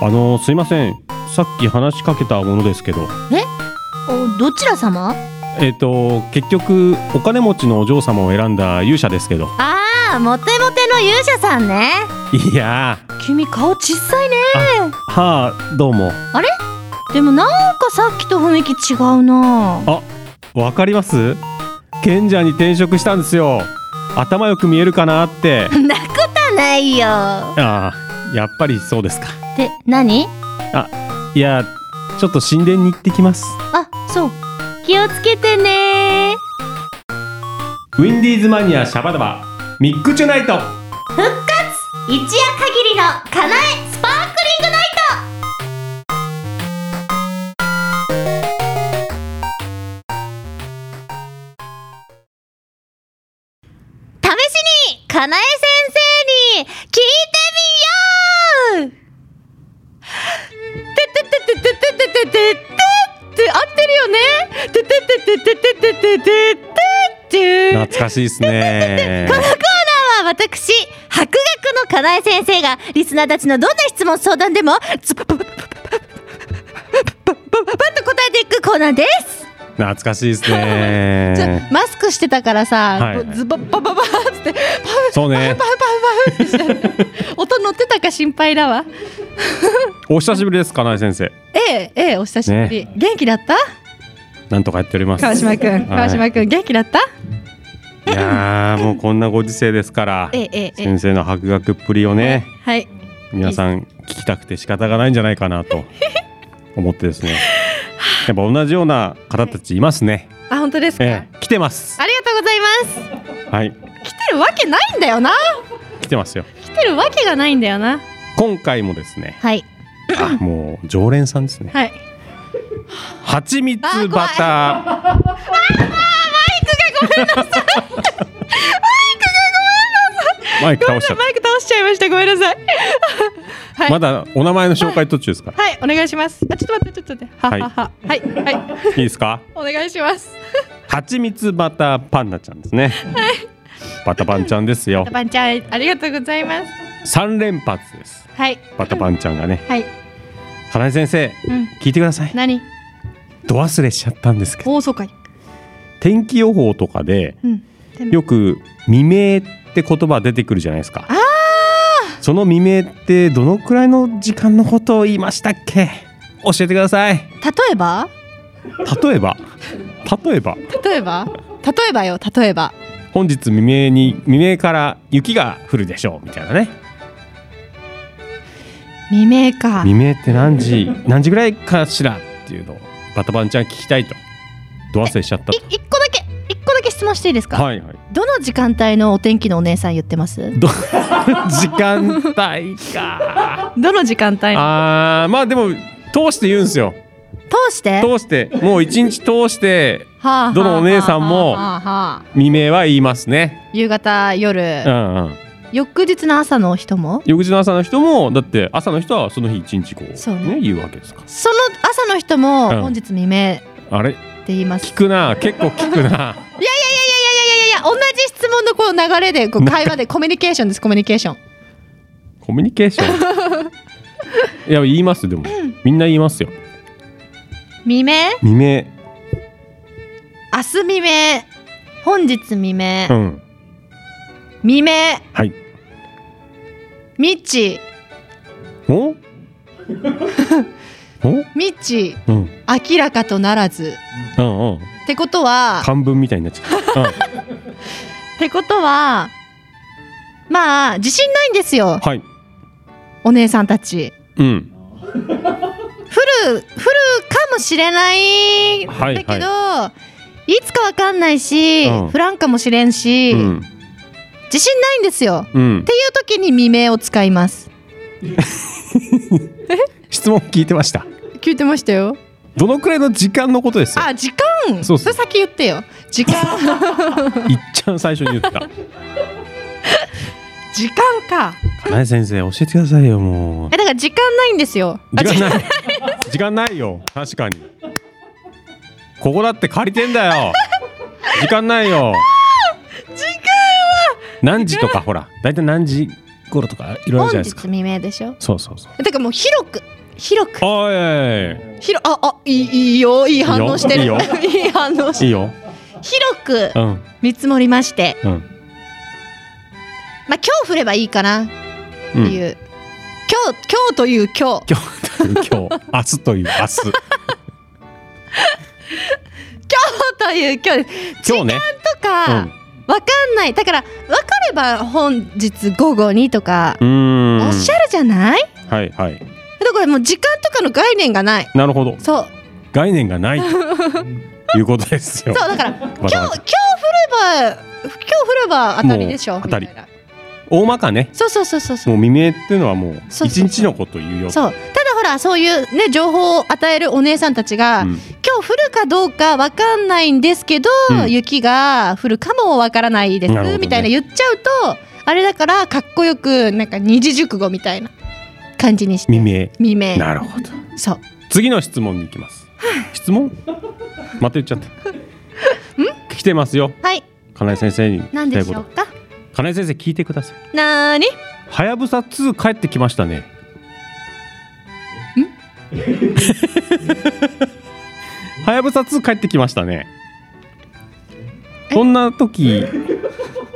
あのーすいませんさっき話しかけたものですけどお、どちら様？えっ、と結局お金持ちのお嬢様を選んだ勇者ですけどああモテモテの勇者さんねいや君顔小さいねーはあどうもでもなんかさっきと雰囲気違うなわかります賢者に転職したんですよ頭よく見えるかなって なことないよああやっぱりそうですかで何いやちょっと神殿に行ってきますあそう気をつけてねウィンディーズマニアシャバダバミックチュナイト一夜限りのかなえスパークリングナイト試しにかなえ先生に聞いてみようてててててててって合ってるよね。ててててててててててて。懐かしいですね このコーナーは私博学のかなえ先生がリスナーたちのどんな質問相談でもズバババババババババッと答えていくコーナーです懐かしいですねマスクしてたからはいさは、いズバッバババーってそうねパフパフパフってしてる音乗ってたか心配だわ。お久しぶりです金井先生ええええお久しぶり。元気だった？なんとかやっております川島くん、川島くん元気だった？いやーもうこんなご時世ですからええええええ先生の博学っぷりをねはい。皆さん聞きたくて仕方がないんじゃないか なと思ってですねやっぱ同じような方たちいますね、あ本当ですか。ええ、来てますありがとうございます。はい来てるわけないんだよな。来てますよ来てるわけがないんだよな。今回もですねはいあもう常連さんですねはい。はちみつバターマイクがごめんなさいマイクがごめんなさいマイク倒しちゃっマイク倒しちゃいました。ごめんなさい。 たまだお名前の紹介途中ですからはい、お願いします。あ、ちょっと待って、ちょっと待って。ははは。はい、はい、 いいですかお願いします。はちみつバターパンナちゃんですね、バタパンちゃんですよタバンちゃんありがとうございます三連発ですはいバタパンちゃんがねはいかなえ先生、うん聞いてください何ど忘れしちゃったんですけどおおそうかい天気予報とかでうんでもよく未明って言葉出てくるじゃないですかその未明ってどのくらいの時間のことを言いましたっけ教えてください例えば例えば例えば例えば例えばよ例えば本日未明に未明から雪が降るでしょうみたいなね未明か未明って何時何時ぐらいかしらっていうのをバタバンちゃん聞きたいとど忘れしちゃったい一個だけ一個だけ質問していいですか、とはいはいどの時間帯のお天気のお姉さん言ってますど 時間帯かどの時間帯あーまあでも通して言うんですよ通して通してもう一日通してはあどのお姉さんもはあはあはあ未明は言いますね夕方夜うんうん翌日の朝の人も翌日の朝の人もだって朝の人はその日一日こうそうねね言うわけですからその朝の人うんも本日未明ってあれ言います、聞くな結構聞く ないやいやいや同じ質問のこの流れでこう会話でコミュニケーションですコミュニケーションコミュニケーショ ンいや言いますよでもみんな言いますよ未明未明明日未明本日未明、うん未明はいミッチ おおミッチうん明らかとならずうんうんってことは漢文みたいになっちゃった、うん、ってことはまあ自信ないんですよはいお姉さんたちうん降る降るかもしれないんだはいけど、いつかわかんないし、うん降らんかもしれんし、うん自信ないんですよっうんていう時に未明を使います質問聞いてました聞いてましたよどのくらいの時間のことですよあ時間そうそれう先言ってよ時間いっちゃん最初に言った 時間かかなえ先生教えてくださいよもうえだから時間ないんですよあ時間ない時間ないよ確かにここだって借りてんだよ時間ないよ時間は何時とかほら大体何時頃とかいろいろある本じゃない日ですか未明でしょそうそうそうえだからもう広く広くおいおいお広ああいいいいよいい反応してるいいよ いい反応しいていいよ広くうん見積もりましてうんまあ今日降ればいいかなってうんいう、今日今日という今日今日という今日明日という明 日という今日です今日ねとか、わかんないだからわかれば本日午後にとかうんうーんおっしゃるじゃない、はいはいだからもう時間とかの概念がないなるほどそう概念がない ということですよそうだから今バ日タ今日降バタれば今日降れば当たりでしょもう当たりみいな大まかねそうそうそうそうそもうう未明っていうのはもうそうそう一日のことを言うよそうただほらそういうね情報を与えるお姉さんたちが、うん今日降るかどうかわかんないんですけど、うん雪が降るかもわからないです、なるほどねみたいな言っちゃうとあれだからかっこよくなんか二字熟語みたいな感じにして未明未明なるほどそう次の質問に行き ます質問また言っちゃった来てますよはい金井先生に聞何きたでいしこょうとか金井先生聞いてくださいなーにはやぶさ2帰ってきましたね んはやぶさ2帰ってきましたねそんな時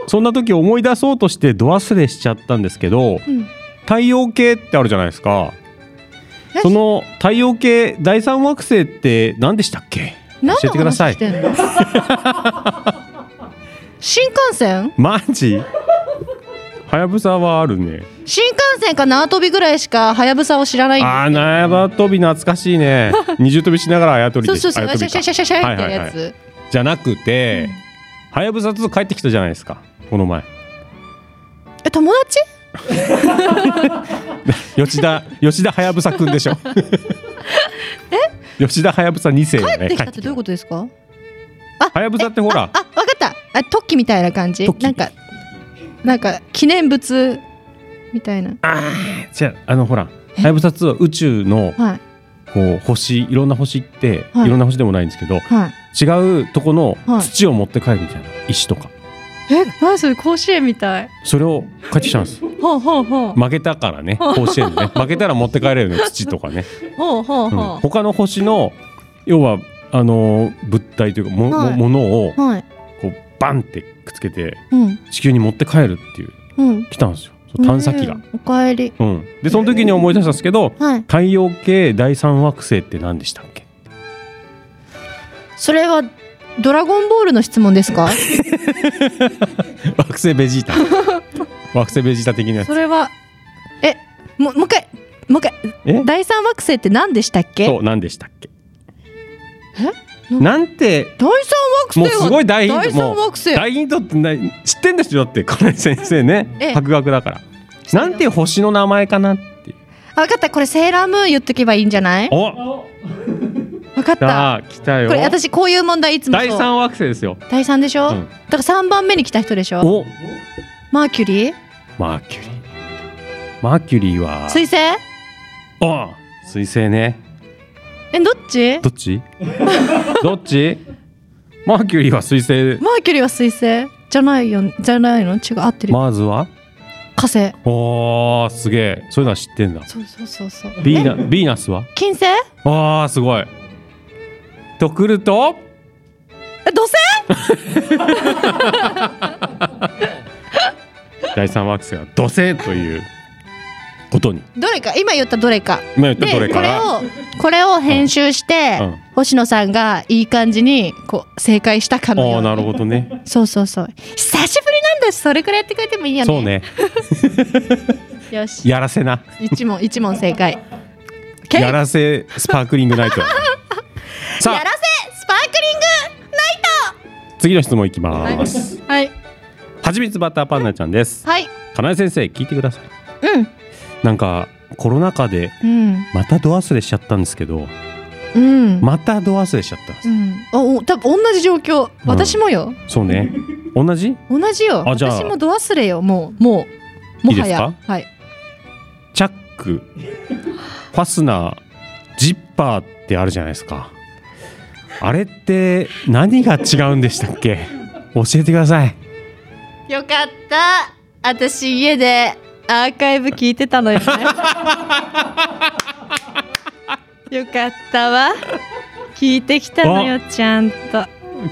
そんな時思い出そうとして度忘れしちゃったんですけど、ん太陽系ってあるじゃないですかえその太陽系第三惑星って何でしたっけ教何えてくださいの話してんの新幹線マジはやぶさはあるね新幹線か縄跳びぐらいしかはやぶさを知らないんであー縄跳び懐かしいね二重跳びしながらあやとりそうでそうそうあやシャとりシャかシャシャシャってやはいはいはつじゃなくてはやぶさ2帰ってきたじゃないですかこの前え友達吉田吉田はやぶさくんでしょえ吉田はやぶさ2世だ帰っねてきたってどういうことですかあはやぶさってほあ、らわかった。あ、突起みたいな感じ突。起なんか、なんか記念物みたいな。じゃああのほらはやぶさ2は宇宙のはいこう星いろんな星って、はいい、ろんな星でもないんですけどはい。違うとこのはい土を持って帰るみたいな石とかえ、何それ甲子園みたい。それを帰ってきたんですほうほうほう。負けたからね甲子園でね負けたら持って帰れるの土とかね、ほうほううんほう。他の星の要はあのー物体というかも,も、はいものをはい。こうバンってくっつけてうん地球に持って帰るっていううん。来たんですよそう探査機がね、え。おかえり。うん、でその時に思い出したんですけどはい。太陽系第三惑星って何でしたっけ それはドラゴンボールの質問です か？惑星ベ ジータ惑星ベジータ的なやそつれはえ、もうもう一回もう一回え第三惑星って何でしたっけ？そう何でしたっけえなんて第三惑星もはうすごい大ヒン第トも三う惑星大ヒントってない知ってんですよだって金井先生えねえ博学だからなんて星の名前かなっていうあ分かったこれセーラームーン言っとけばいいんじゃないお分かっ来たた来たよこれ私こういう問題いつもそう第三惑星ですよ第三でしょ、うんだから三番目に来た人でしょおマーキュリーマーキュリーマーキュリーは彗星お水星ねえどっちどっち どっちマーキュリーは水星マーキュリーは彗星じゃないよじゃないの違う合ってる、マーズは火星おーすげえそういうのは知ってんだそうそうそうそうビーナビーナスは金星えあーすごいとくると土星第三惑星は土星ということにどれか今言ったどれか今言ったでどれこかれらをこれを編集して、うんうん星野さんがいい感じにこう正解したかのあよあうななるほどねそうそうそう久しぶりなんだしそれくらいやってくれてもいいよねそうねよしやらせな一問一問正解やらせスパークリングナイ トさやらあせスパークリング次の質問いきますはいはちみつバターパンナちゃんですはいかなえ先生聞いてくださいうんなんかコロナ禍でうんまたド忘れしちゃったんですけどうん、またド忘れしちゃったんですうん、おお多分同じ状況ん私もよ、そうね同じ同じよあじゃあ私もド忘れよもうもうもはいいですやかはいチャックファスナージッパーってあるじゃないですかあれって何が違うんでしたっけ教えてくださいよかった私家でアーカイブ聞いてた のよねよかったわ聞いてきたのよちゃんと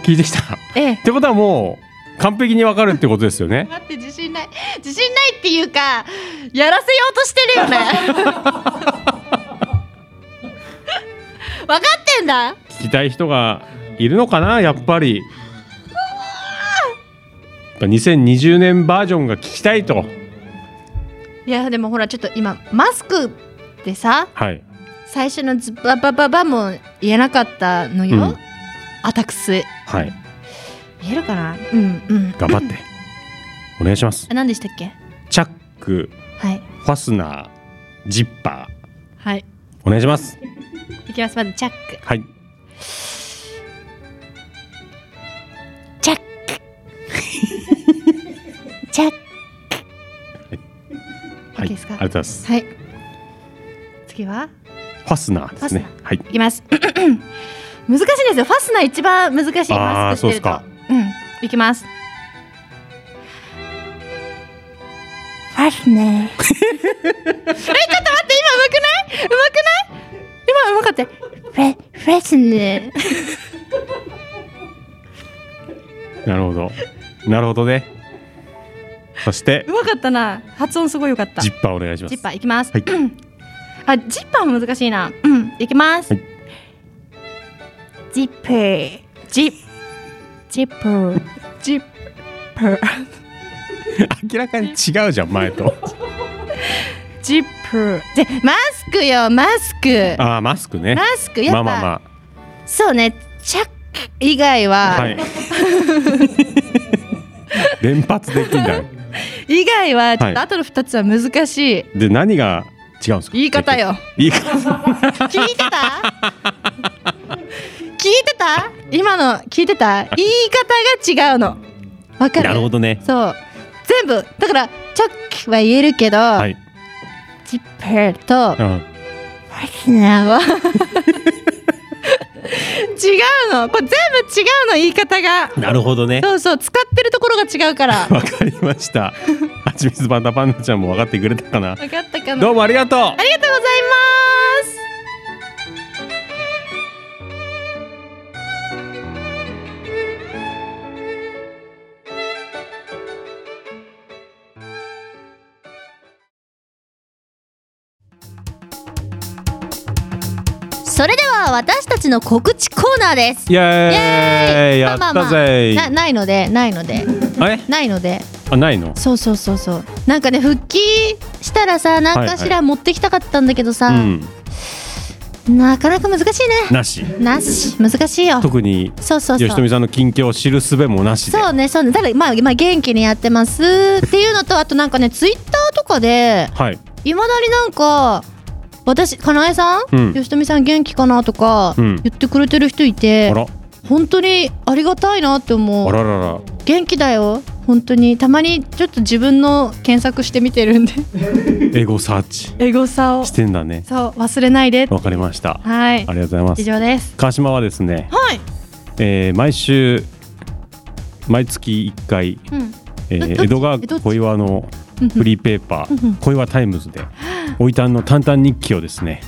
聞いてきたっええてことはもう完璧にわかるってことですよね待って自信ない自信ないっていうかやらせようとしてる よね分かってんだ聞きたい人がいるのかなやっぱりやっぱ2020年バージョンが聞きたいといやでもほらちょっと今マスクでさはい最初のズババババも言えなかったのよ、うんあたくす言はいえるかなうんうん頑張ってお願いしますあ何でしたっけチャックはいファスナージッパーはいお願いしますいきますまずチャックはいチャックチャックはいいいですかありがとうございますはい次はファスナーですねはいいきます 難しいですよファスナー一番難しいマスクあーそうですかしてるとうんいきますファスナーうまくない今うまかったよフェフェスナーなるほどなるほどねそしてうまかったな発音すごいよかったジッパーお願いしますジッパーいきます。はいうん あ、ジッパーも難しいな。 うん、いきます。はいジップージッ、ジップージッパー、明らかに違うじゃん 前とジッパー。で、マスクよ、マスク。あーマスクねマスク、やっまぱ、あまあまそうね、チャック以外あは、 はい連発できんだ以外は、ちょっはいと後の二つは難しい。で何が違うんですか言い方よ。言い方聞いてた 聞いてた今の聞いてた言い方が違うの。わかるなるほどねそう。全部、だから、チャックは言えるけど、はい、ジッパーと、うん、ファスナー違はうのこれ全部違うの言い方がなるほどねそうそう使ってるところが違う からわかりましたはちみつパンダパンダちゃんも分かってくれたかな分かったかなどうもありがとうありがとうございますそれでは私たちの告知コーナーですイエーイやまっあまあたぜまあなないのでないのでえないのであないのそうそうそうそうなんかね復帰したらさ何かしはいはら持ってきたかったんだけどさ、うんなかなか難しいねなしなし難しいよ特にそうそうそう吉富さんの近況を知る術もなしでそうねそうねただまあ、まあ、元気にやってますっていうのとあとなんか ねツイッターとかではいいまだになんか私かなえさん、うん吉富さん元気かなとかうん言ってくれてる人いあて、ら本当にありがたいなって思あうららら元気だよ本当にたまにちょっと自分の検索してみてるんでエゴサーチエゴサをしてんだねそう忘れないでわかりましたあはいりがとうございます以上です川島はですね、はいえー毎週毎月1回、うんえーどどっち江戸川えどっち小岩のうんうんフリーペーパー、うんうん小岩タイムズでおいたんの淡々日記をですね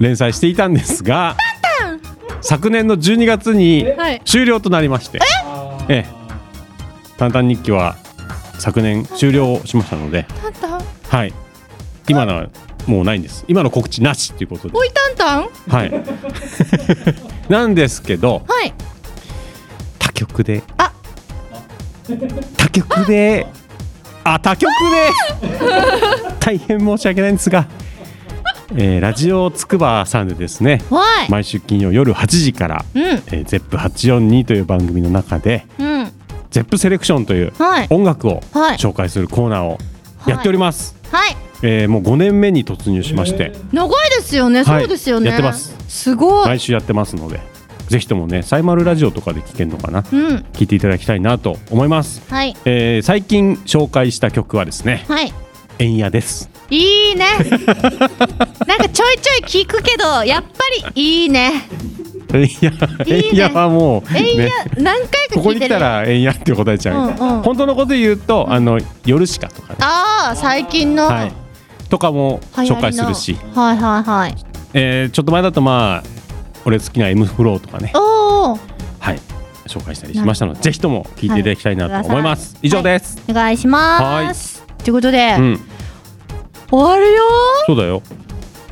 連載していたんですが昨年の12月にはい終了となりましてええ淡々日記は昨年終了しましたのでタンタンはい今のはもうないんです今の告知なしということでおいタンタンはい。なんですけど、はい他局で。他局で。あ、他局で。大変申し訳ないんですが。えーラジオつくばさんでですね。わい毎週金曜夜8時から、うんえー、ゼップ842という番組の中で、うんゼップセレクションというはい音楽をはい紹介するコーナーをやっております。はいえーもう5年目に突入しまして、長いですよねはいそうですよねやってますすごい毎週やってますので、ぜひともね、サイマルラジオとかで聞けるのかな。うん聞いていただきたいなと思います、はいえー最近紹介した曲はですねはい「円やですい いねなんかちょいちょい聞くけどやっぱりいいね「円 や」いいね円やはもう、えいやね、何回かここ聞いにて来るたら「円や」って答えちゃう、うんうん本当のこと言うと「あの夜しか」とかね、ああ最近のはい、とかも流行紹介りすのるし、はいはいはいえーちょっと前だとまあ俺好きな「M フロー」とかね、おおはい、紹介したりしましたのでぜひとも聞いていただきたいなと思います、以上です、お願いしますということでうん終わるよそうだよ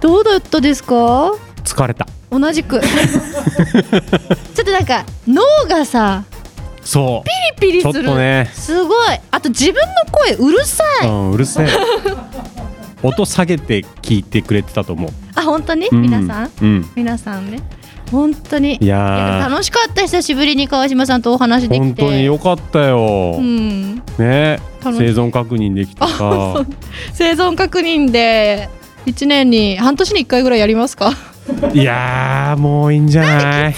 どうだったですか疲れた同じく ちょっとなんか脳がさそうピリちょピリっすとるね、すごいあと自分の声うるさいうん、うる せえ音下げて聞いてくれてたと思うあ本当にう皆さんうん皆さんね本当にいいやや楽しかった久しぶりに川島さんとお話ーできて本当に良かったよ、うんね生楽しい存確認でき たさ生存確認で一年に半年に一回ぐらいやりますかいやーもういいんじゃない い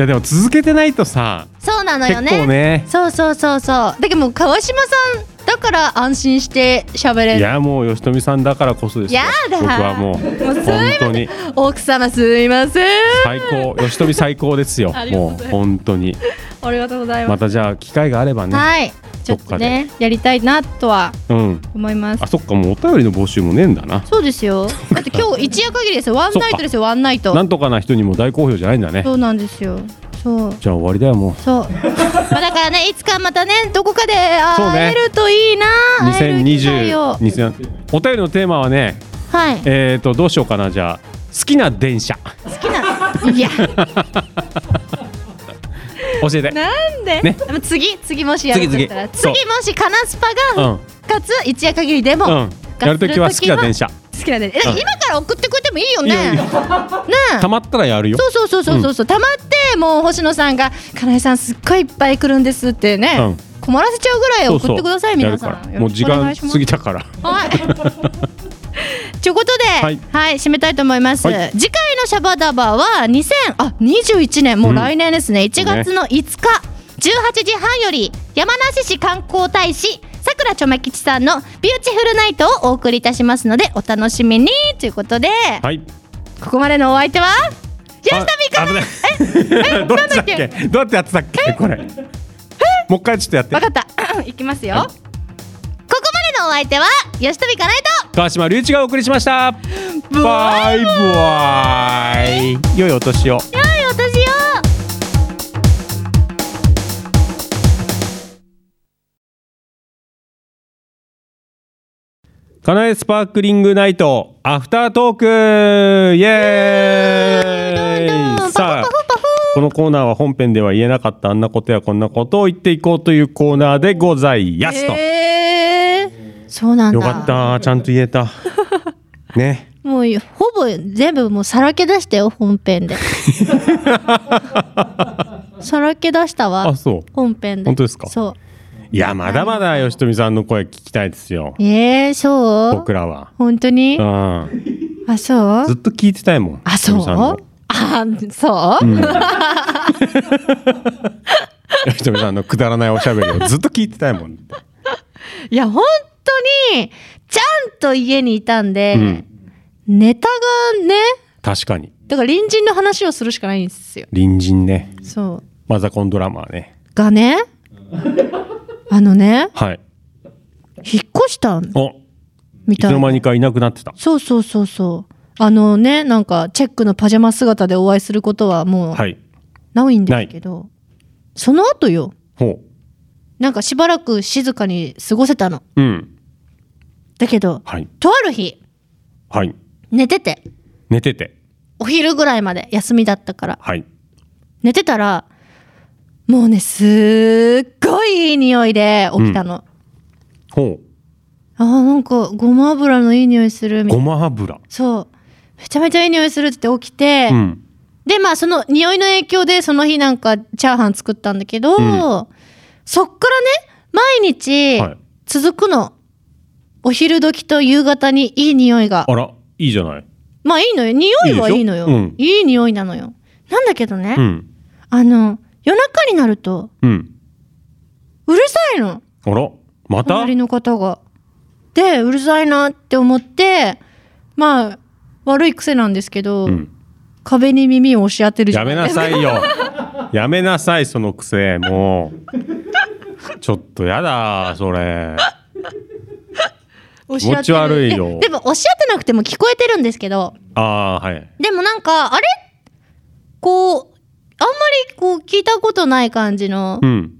やでも続けてないとさ、そうなの結よね構ねそうそうそうそうだけどもう川島さんだから安心して喋れいるやもう吉富さんだからこそですよやだ僕はもう本当に奥様すいません最高吉富最高ですよありがとうもございうます本当にありがとうございまますたじゃあ機会があればね、はいちょっとねやりたいなとはうん思いますあそっかもうお便りの募集もねえんだなそうですよだって今日一夜限り ですよワンナイトですよワンナイトなんとかな人にも大好評じゃないんだねそうなんですよそうじゃあ終わりだよもうそう まあだからねいつかまたねどこかでそうね会えるといいな会える機会を2020 2000お便りのテーマはねはいえー、とどうしようかなじゃあ好きな電車好きないや教えてなんで、ねでも次次もしやるとしたら次次次もしカナスパうがん復活、一夜限りでも、うんやるときは好きな電車好きなんで、えうん今から送ってくれてもいいよいいよいねいよねえたまったらやるよそうそうそうそうそうそう、たまってもう星野さんが「かなえさんすっごいいっぱい来るんです」ってね、うん困らせちゃうぐらいそうそう送ってくださいや皆るさかんらもう時よろ間しくお過願いぎしたからますはいということで、ははいい、締めたいと思います、はい次回のシャバダバは2000あ21年もう来年ですね、1月の5日、18時半より山梨市観光大使さくらちょめきちさんの「ビューティフルナイト」をお送りいたしますのでお楽しみにということではい。ここまでのお相手は吉田美香あ危ない。 どっちだっけ？どうやってやってたっけ？これ。もう一回ちょっとやってわ。かった いきますよここまでのお相手は吉富かなえと川島隆一がお送りしました。バイバイ。良いお年を。良いお年をかなえスパークリングナイトアフタートークイエーイさあこのコーナーは本編では言えなかったあんなことやこんなことを言っていこうというコーナーでございやすと、えー、そうなんだよかったちゃんと言え たねもうほぼ全部もうさらけ出したよ本編 でさらけ出したわあそう本編で本当ですかそういやまだまだ吉富さんの声聞きたいですよえー、そう僕らは本当にうんあそうずっと聞いてたいもんあそう吉富さんのあそう、 うん吉富さんのくだらないおしゃべりをずっと聞いてたいもんいや本当にちゃんと家にいたんで、うんネタがね確かにだから隣人の話をするしかないんですよ隣人ねそうマザコンドラマーね。が ねあのねはい。引っ越したんお、みいつたいの間なにかいなくなってた。そうそうそうそうあのねなんかチェックのパジャマ姿でお会いすることはもうはい。ないんですけど、その後よほなんかしばらく静かに過ごせたのう。うん。だけどはい。とある日はい。寝てて寝てて。お昼ぐらいまで休みだったからはい。寝てたらもうねすっごいいい匂いで起きたの、ほあーなんかごま油のいい匂いするう。みたいごなま油。そうめちゃめちゃいい匂いするって起きて、うん。でまあその匂いの影響でその日なんかチャーハン作ったんだけど、んそっからね毎日はい続くの、お昼時と夕方にいい匂いがあら、いいじゃない。まあいいのよ匂いはいいのよいいでしょうんいい匂いなのよなんだけどね、うん。あの夜中になるとうん。うるさいのあら、また隣の方が。でうるさいなって思ってまあ悪い癖なんですけど、うん。壁に耳を押し当てるじゃやなめいなさいよ。 やめなさい、その癖。もう。ちょっとやだ、それ。押し当てる気持ち悪いよやでも押し当てなくても聞こえてるんですけどああー、はい。でもなんかあれこうあんまりこう聞いたことない感じのうん。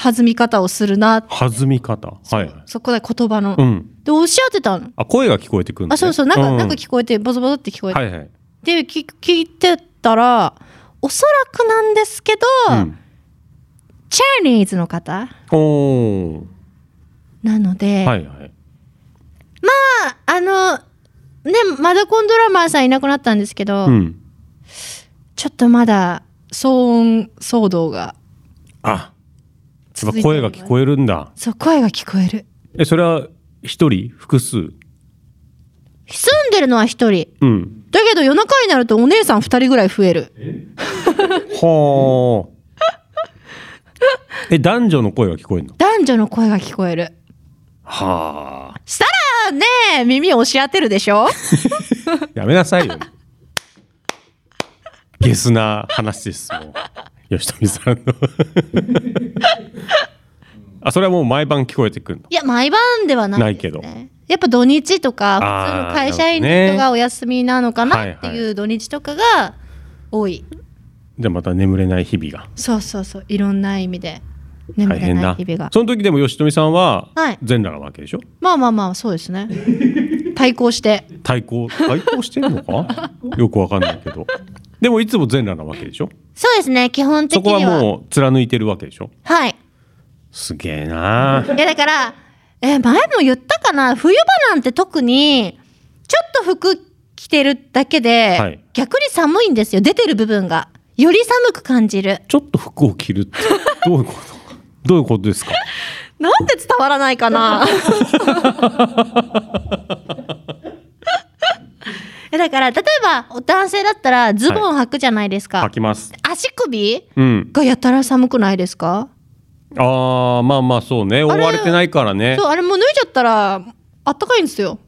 弾み方をするな、弾み方。はい。そこで言葉の、うん。で押し当てたのあ、声が聞こえてくるんだねあそうそうなんか、なんかこ聞こえてボソボソって聞こえて、はいはい。で聞聞いてたらおそらくなんですけど、うん。チャイニーズの方おー。なので、はいはい。ああのねマダコンドラマーさんいなくなったんですけど、うん。ちょっとまだ騒音騒動があ、やっ続ぱいており声まがす聞こえるんだ。そう声が聞こえるえ、それは一人複数住んでるのは一人うん。だけど夜中になるとお姉さん二人ぐらい増えるはあ。 え、男女の声が聞こえるの男女の声が聞こえるはあ。したらね耳を押し当てるでし ょやめなさ いよ。ゲスな話ですもう。吉富さん の。あ、それはもう毎晩聞こえてくるの。いや毎晩ではないです、ね、ないけやっぱ土日とかあー普通の会社員の人がお休みなのかななるっほどてねいう土日とかが多いじゃあまた眠れない日々が。そうそうそういろんな意味で眠大れ変ないだ日々が。その時でも吉富さんははい全裸なわけでしょまあまあまあそうですね対抗して対抗、対抗してる のかよくわかんないけど。でもいつも全裸なわけでしょそうですね基本的そにこははもう貫いてるわけでしょはいすげえなあいやだから、え前も言ったかな冬場なんて特にちょっと服着てるだけで、はい逆に寒いんですよ出てる部分がより寒く感じるちょっと服を着る ってどういうことどういうことですかなんで伝わらないかな えだから例えばお男性だったらズボン履くじゃないですか、履きます足首うんがやたら寒くないですかああまあまあそうね覆われてないからねそうあれもう脱いじゃったらあったかいんですよ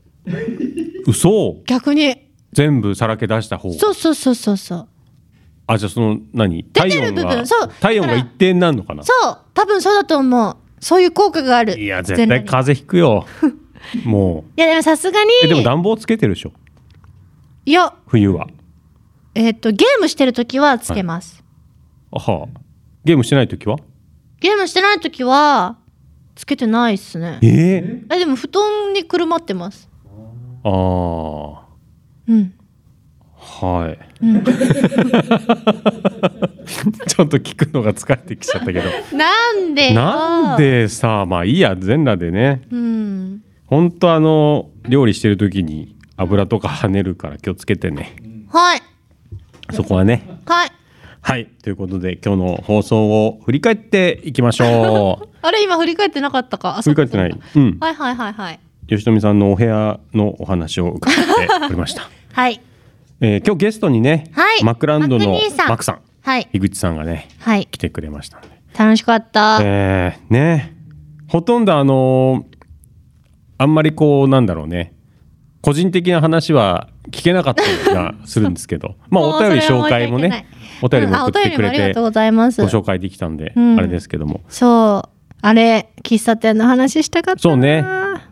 嘘逆に全部さらけ出した方そうそうそうそうそうあじゃあその何出て体る温部が分そう体温がだから一定になるのかなそう多分そうだと思うそういう効果があるいや全絶対裸に風邪ひ くよもういやでもさすがにえでも暖房つけてるでしょいや冬はえっ、とゲームしてる時はつけます、あはあゲームしてない時はゲームしてない時はつけてないっすねえええでも布団にくるまってますああうんはいうん ちょっと聞くのが疲れてきちゃったけどなんでよなんでさまあいいや全裸でねうん本当あの料理してる時に油とか跳ねるから気をつけてねはいそこはねはいはいということで今日の放送を振り返っていきま しょうあれ今振り返ってなかったかあ振り返ってないうんはいはいはいはい吉富さんのお部屋のお話を伺っておりました はいえー今日ゲストにね、はいマクランドのマク兄さんマクさんはい井口さんがねはい来てくれましたんで楽しかった、えーねほとんどあのーあんまりこうなんだろうね個人的な話は聞けなかった気がするんです けどまあもうお便りそれは紹介も申し訳ないねお便りうんあもお送って便りもくれありがてとうございますご紹介できたんで、うんあれですけどもそうあれ喫茶店の話したかったそうね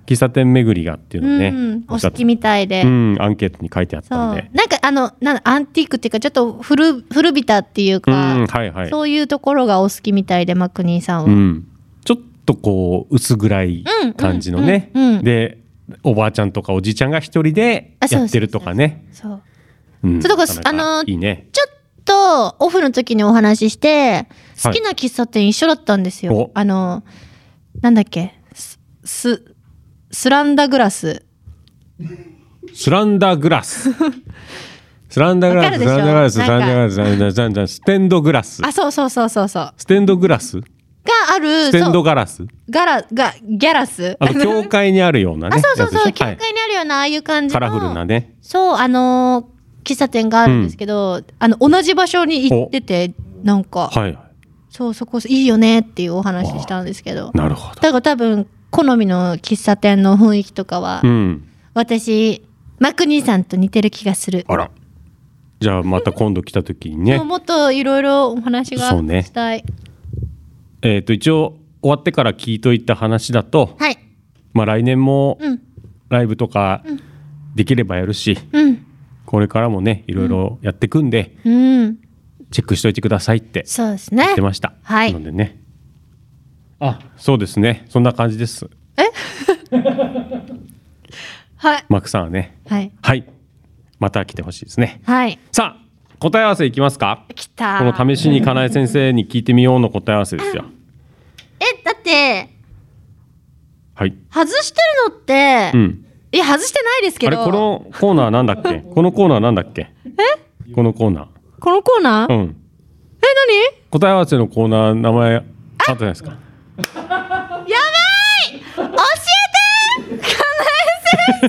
喫茶店巡りがっていうのね、うんお好きみたいで、うんアンケートに書いてあっそうたなんでんかあのなんアンティークっていうかちょっと古古びたっていううか、んはいはいそういうところがお好きみたいでマクニーさんは、うん、ちょっとこう薄暗いうんうん感じのね、うんうんでおばあちゃんとかおじいちゃんが一人であそうやってるとかねそううんそうだからなかなかあのいいねちょっとオフの時にお話しして好きな喫茶店一緒だったんですよ、おあのなんだっけスススランダグラススランダーグ ラススランダーグラスわかるスでしょランダーグラススなんかランダーグラススランダーグラススランダーグラスステンドグラスあそうそうそうそうそうがステンドグラスあるステンそドうガラスガラがギャラスあの教会にあるようなねあそうそうやそつうでし教ょは会いにあるようなああいう感じカのラフルなねそうあのー喫茶店があるんですけど、あの同じ場所に行っててなんか、はいそうそこいいよねっていうお話ししたんですけどなるほだどから多分好みの喫茶店の雰囲気とかは、うん私マクニーさんと似てる気がするあらじゃあまた今度来た時にでねももっといろいろお話がそうねしたい、えっ、と一応終わってから聞いといた話だと、はいまあ来年もうんライブとかできればやるし、うんこれからもねいろいろやってくんで、うんチェックしといてくださいってそうですね言ってました、はいのでねあそうですねそんな感じですはいマクさんはねはいはいまた来てほしいですねはいさあ答え合わせいきますか来たこの試しにかなえ先生に聞いてみようの答え合わせですよえだってはい外してるのって、うんいや外してないですけあどれこのコーナーなんだっ けこのコーナーなんだっけこのコーナこのコーナー、ーうんえ何答え合わせのコーナー名前あったじゃないですかやばい教 えてか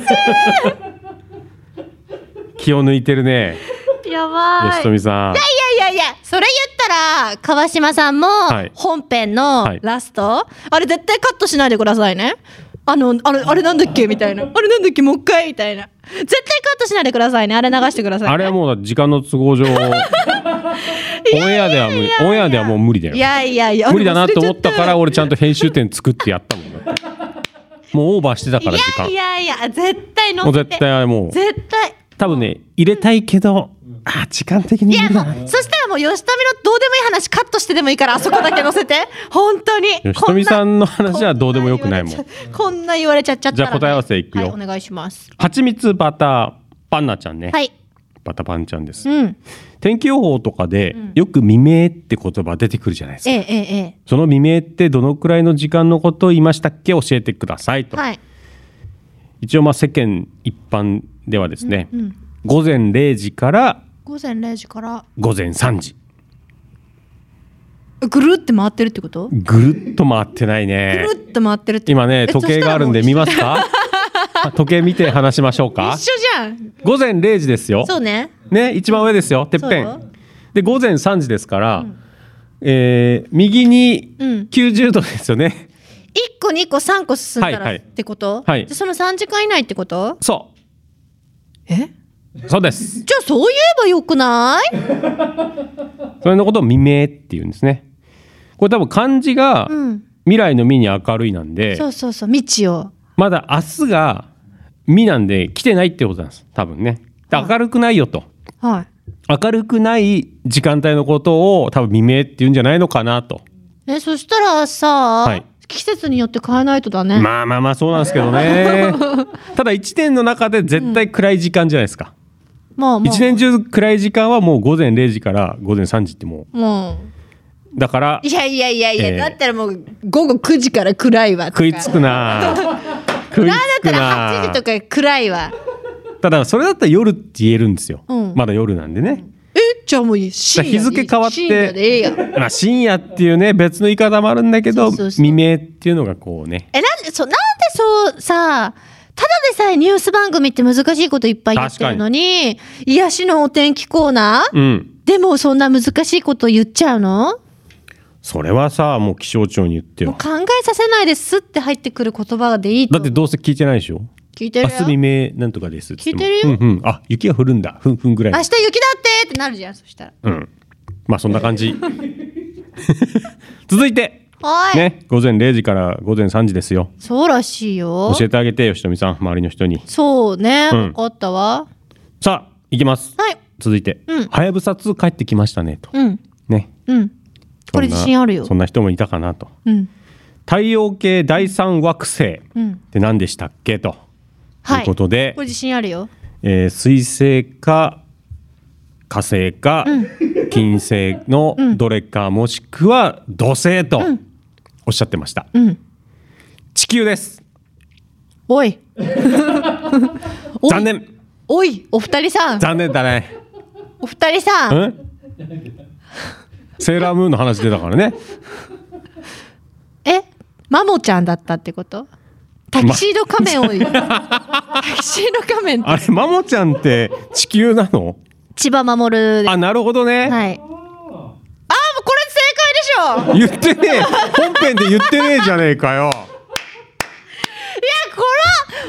気を抜いてるなねえやば吉富さいんやいやいやそれ言ったら川島さんもい本編はのいラスト、あれ絶対カットしないでくださいねあのあれあれなんだっけみたいなあれなんだっけもう一回みたいな絶対カットしないでくださいねあれ流してください、ね、あれはもう時間の 都合上オンエアでは無理オンエアではもう無理だいよやいやいや無理だなと思ったから忘俺ちゃんと編集点作ってやったも んだってもうオーバーしてたかられ時ちゃったい間やいやいや絶対乗もうって絶対あれもう絶対多分ね入れたいけどあ時間的にい無や理もだなうそしたらもう吉富のどうでもいい話カットしてでもいいからあそこだけ載せて 本当に吉富さんの話はどうでもよくないもんこんな言われちゃこんな言われちゃっちゃったらねじゃあ答え合わせいくよはいお願いしますはちみつバターパンナちゃんね、はいバタパンちゃんです、うん天気予報とかでよく未明って言葉出てくるじゃないですかえええええその未明ってどのくらいの時間のことを言いましたっけ教えてくださいえと、はい一応まあ世間一般ではですね、うん午前0時から午前0時から午前3時ぐるって回ってるってことぐるっと回ってないぐねるって回ってるって今ねえ時計があるんで見ますか あ時計見て話しましょそしうたらもうか一緒じゃん午前0時ですよそうねね一番上ですよてっぺそうんで午前3時ですから、えー右にうん90度ですよね。 1個2個3個進んだはらいっはいてこと、はいでその3時間以内ってことそえう。そうです。じゃあそう言えばよくないそれのことを未明って言うんですね。これ多分漢字がうん未来の未に明るいなんで、そうそうそう道をまだ明日が未なんで来てないってことなんです。多分ね。で明るくないよと。はい明るくない時間帯のことを多分未明って言うんじゃないのかなと。えそしたらさ、はい季節によって変えないとだね、まあまあまあそうなんですけ どね。ただ1年の中で絶対暗い時間じゃないですか。まあまあ一年中暗い時間はもう午前0時から午前3時ってももううだからいやいやいやいや、えーだったらもう午後9時から暗いわとか食いつ くな食いつだったくら8時なとか暗いわただそれだったら夜って言えるんですよ、うんまだ夜なんでね、えじゃあもういい深夜でいい日付変わって深夜でええやんまあ深夜っていうね別の言い方もあるんだけどそうそうそう未明っていうのがこうねえなんでそなんでそうさただでさえニュース番組って難しいこといっぱい言ってるのに癒しのお天気コーナー、うんでもそんな難しいこと言っちゃうのそれはさもう気象庁に言ってもうよ考えさせないですって入ってくる言葉でいいとだっ思てうどうせ聞いてないでしょ聞いて明る日よ未明なんとかですっつっても聞いてるようんうんあ雪が降るんだふんふんぐらい明日雪だってってなるじゃんそしたらうんまあそんな感じ 続いてはい、ね、午前0時から午前3時ですよ。そうらしいよ教えてあげてよ、しとみさん、周りの人に。そうね、うん分かったわさあ、行きます。はい続いてうん、はやぶさ2帰ってきましたねと。うんね。うんこれそんな自信あるよそんな人もいたかなと。うん太陽系第三惑星っうんて何でしたっけと。はいということでこれ、自信あるよえー水星か火星か金星のどれかもしくは土星とおっしゃってました。うん地球です。おいおい 残念。おいお二人さん残念だね。 お二人さんうんセーラームーンの話出たからね。えマモちゃんだったってことタキシード仮面を、タキシード仮面ってあれ、マモちゃんって地球なの千葉守るであ、なるほどね。はいあもうこれ正解でしょいや言ってねえ。本編で言ってねえじゃねえかよ。こ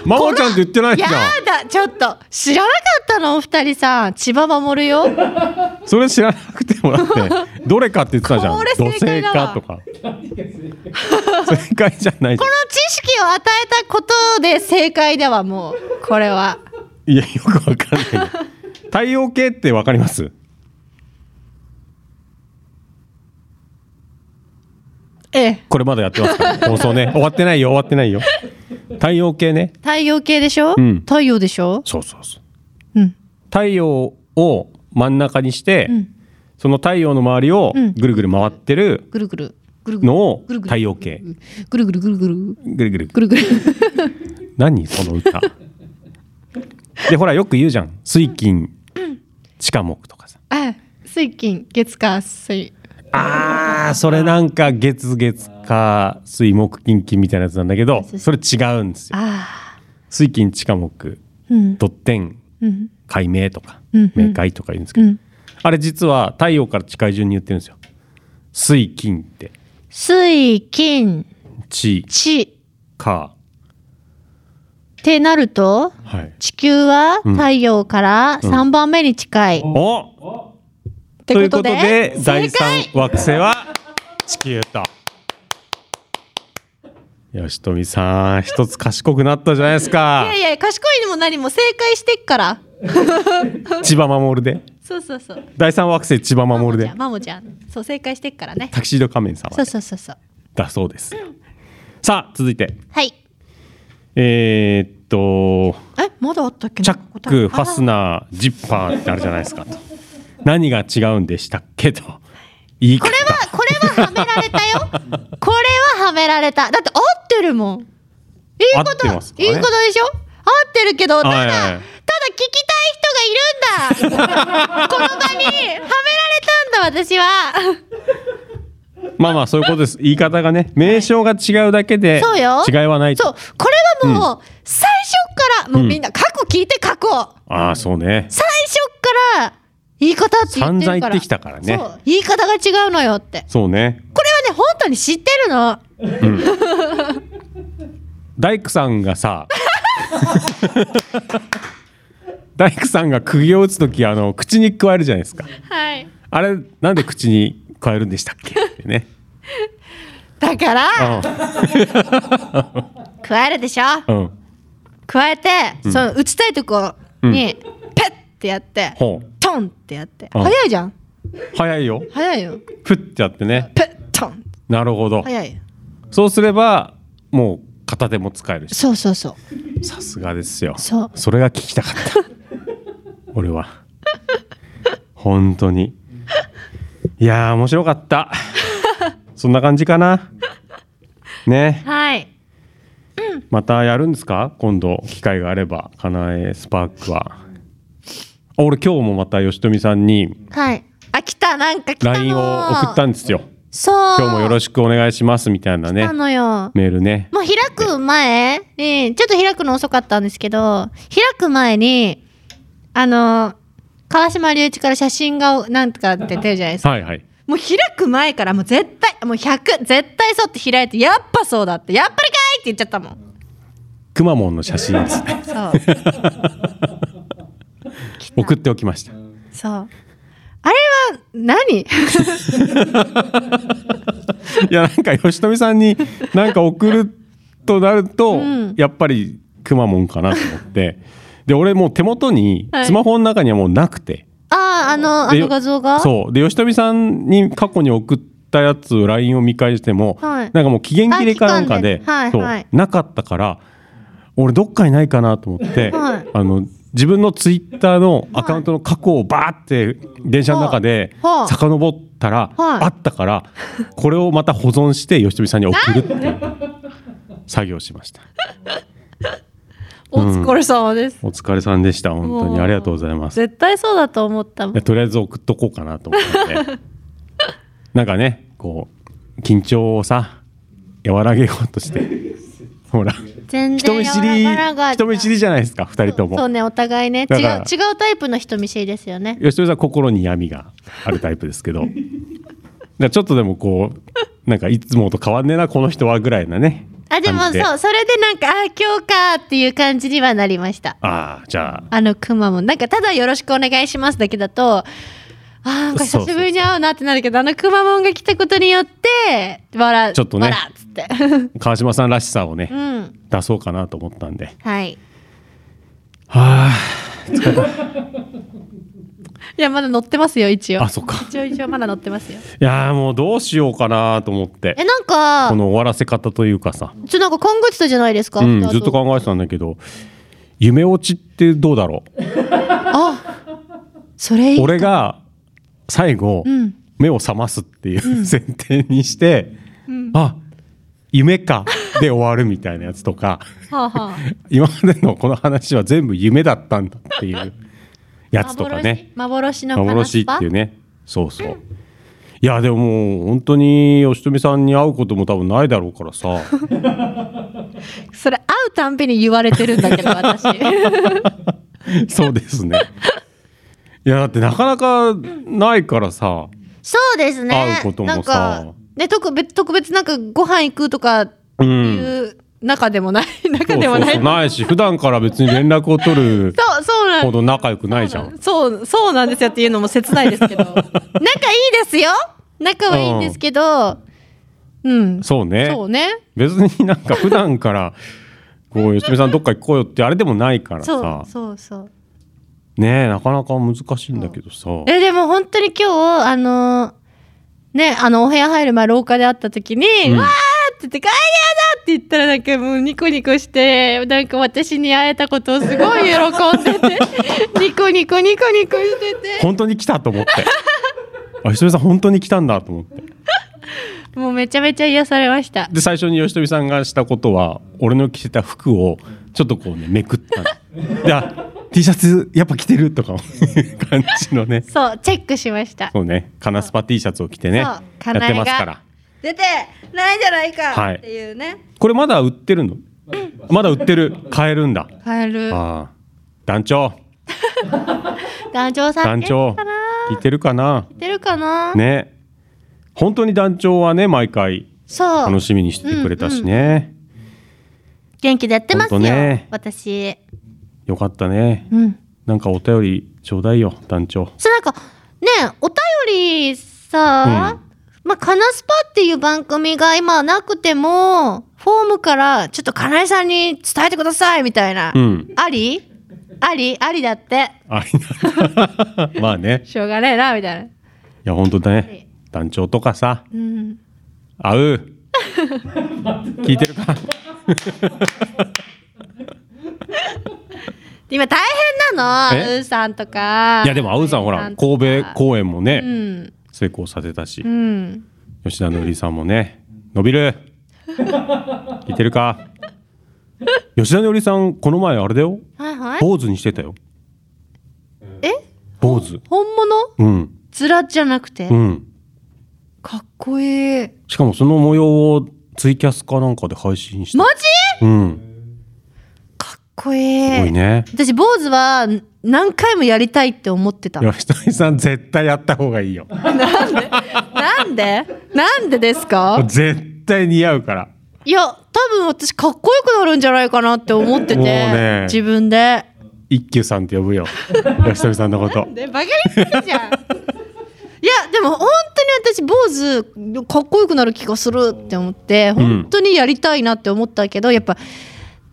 マモちゃんって言ってならいじゃやん。だちょっと知らなかったのお二人さん千葉守るよそれ知らなくてもだって、どれかって言ってたじゃん。これ正土星解だわかとか。正解じゃないじこゃの知識を与えたことで正解だわもうこれはん。いや、よくわかんない。太陽系ってわかりますええこれまだやってますから、放送ね。終わってないよ、終わってないよ。太陽系ね。太陽系でしょ、うん太陽でしょそうそうそう。うん太陽を真ん中にして、うんその太陽の周りをうんぐるぐる回ってるぐるぐるぐるぐるのをぐるぐる太陽系ぐるぐるぐるぐるぐるぐるぐるぐる 何その 歌でほらよく言うじゃん水金地下木とかさあ水金月火水あーそれなんか月月火水木金金みたいなやつなんだけどそれ違うんですよあ水金地下木あうんドッテンうん解明とかうんうん明解とか言うんですけうど、んあれ実は太陽から近い順に言ってるんですよ水金って水金地地っ火てなるとはい地球はん太陽から3番目に近い、っおてといこうこととでで正第解三惑星は地球と。よしとみさん一つ賢くなったじゃないですいかやいや賢いにも何も正解してっから千葉守でそうそうそう第三惑星千葉マモ守ちゃでんマモちゃんそう正解してっからねタキシード仮面様そうそうそうそうだそうですよさあ続いてはいえーっとえまだあったっけチャックファスナージッパーってあるじゃないですかと何が違うんでしたっけと言い方これはこれははめられた よこれははめられただって合ってるもんいいこ合ってと、ますかいねいことでしょ合ってるけどただ、はいはいはいただ聞きたい人がいるん だこの場にはめられたんだ私はまあまあそういうことです言い方がね名称が違うだけでそうよ違いはないとそうこれはもう、最初からもうみんな過去聞いて過去ああそうね最初から言い方って言ってるから散々言ってきたからねそう言い方が違うのよってそうね、これはね本当に知ってるのうん、大工さんがさ大工さんが釘を打つ時あの口に加えるじゃないですかはいあれなんで口に加えるんでしたっけって ねだからう加えるでしょん、うん、加えて、うんその打ちたいとこにペッってやって、ほトンってやってうん早いじゃんう早いよ早いよふってやってねペットンなるほど早いよそうすればもう片手も使えるしそうそうそうさすがですよそうそれが聞きたかった俺は本当にいやー面白かったそんな感じかなねはいまたやるんですか今度機会があればかなえスパークはあ俺今日もまた吉富さんにはい。あ来たなんか来たの LINE を送ったんですよそう今日もよろしくお願いしますみたいなねなのよメールねもう開く前に、ちょっと開くの遅かったんですけど、開く前に、あの川島隆一から写真がなんとかって出てるじゃないですかはいはいもう開く前からもう絶対もう100絶対そうって開いてやっぱそうだってやっぱりかいって言っちゃったもんくまモンの写真ですねそう送っておきましたそうあれは 何いやなんか吉富さんになんか送るとなると、んやっぱりくまモンかなと思ってで俺もう手元にはいスマホの中にはもうなくて、ああ、あの、あでの画像がそうで吉富さんに過去に送ったやつ LINE を見返しても、はいなんかもう期限切れかなんかあで期間ではいはいそうなかったから俺どっかにないかなと思って、はいあの自分のツイッターのアカウントの過去をバーって電車の中ではあ遡ったらはいあったからこれをまた保存して吉富さんに送るっていう作業をしましたお疲れ様です、お疲れさんでした本当にもうありがとうございます絶対そうだと思ったもんいやとりあえず送っとこうかなと思って なんかねこう緊張をさ和らげよう としてほら全人然見知柔りらかなかった人見知りじゃないですか二人そとうもね、お互いね。違う、だ違からうタイプの人見知りですよね。吉富さん心に闇があるタイプです けどだからちょっとでもこうなんかいつもと変わんねえなこの人はぐらいなねあ、でも感じそう、それでなんか、あー、今日かーっていう感じにはなりました。ああじゃあのクマもなんかただよろしくお願いしますだけだとあーなんか久しぶりに会うなってなるけどあのくまモンが来たことによって笑うちょっとね笑うっつって あ川島さんらしさをね、うん出そうかなと思ったんではい。はいやまだ乗ってますよ一応ああそっか一応一応まだ乗って ますよいやーもうどうしようかなと思ってえ、なんかこ、の終わらせ方というかさちょ、なんか考えてたじゃないですか。うん、スタートずっと考えてたんだけど夢落ちってどうだろそれいうい俺が最後、ん目を覚ますっていう 前提にして、あ夢かで終わるみたいなやつとか はあはあ今までのこの話は全部夢だったんだっていうやつとかね幻の 幻っていうねそうそう、いやでももう本当に吉富さんに会うことも多分ないだろうから さそれ会うたんびに言われてるんだけど私そうですねいやだってなかなかないからさ、そうですね。会うこともさなんかね特別特別なんかご飯行くとかってうん、いう中でもない、中でもそうないそうそうないし普段から別に連絡を取るそうそうなんほど仲良くないじゃんそうそうなんですよっていうのも切ないですけ ど仲いいですよ仲はいいんですけどうんそうねそうね別になんか普段からこう吉見さんどっか行こうよってあれでもないからそさうそうそうねえなかなか難しいんだけどさえでも本当に今日あのねあのお部屋入る前廊下で会った時に「うんわー!」って言って「帰りやだ!」って言ったらなんかもうニコニコしてなんか私に会えたことをすごい喜んで てニコニコニコニコしてて本当に来たと思って あ吉見さん本当に来たんだと思ってもうめちゃめちゃ癒されましたで最初に吉富さんがしたことは俺の着てた服をちょっとこうねめくったのであ T シャツやっぱ着てるとかいう感じのねそうチェックしましたそうねカナスパ T シャツを着てねそうやってかなえがますから出てないじゃないはかいっていうね、これまだ売ってるのまだ売ってる買えるんだ買えるああ団長団長さん団長元気かな聞いてるかなてるかな、ね本当に団長はね毎回そう楽しみにしててくれたしね、元気でやってますよ、ほんとね私よかったねうんなんかお便りちょうだいよ団長そうなんかねお便りさ、まあ、カナスパっていう番組が今なくてもフォームからちょっとかなえさんに伝えてくださいみたいな、うんありありありだってありな んだまあねしょうがねえなみたいな、いや本当だね団長とかさうん、あう 聞いてるか今大変なのえうーさんとかいやでもあうさんほらなんとか神戸公演もね、うん成功させたし、うん吉田のりさんもね伸びる聞いてるか吉田のりさんこの前あれだよはいはい坊主にしてたよえ坊主本物うんずらじゃなくて、うんかっこいいしかもその模様をツイキャスかなんかで配信してマジうんかっこいいすごいね私坊主は何回もやりたいって思ってた吉田のりさん絶対やった方がい いよなんでなんでですか絶対似合うからいや多分私かっこよくなるんじゃないかなって思ってて、もうね自分で一休さんって 呼ぶよ吉田のりさんのことでバカにするじゃんいやでも本当に私坊主かっこよくなる気がするって思って本当にやりたいなって思ったけど、やっぱ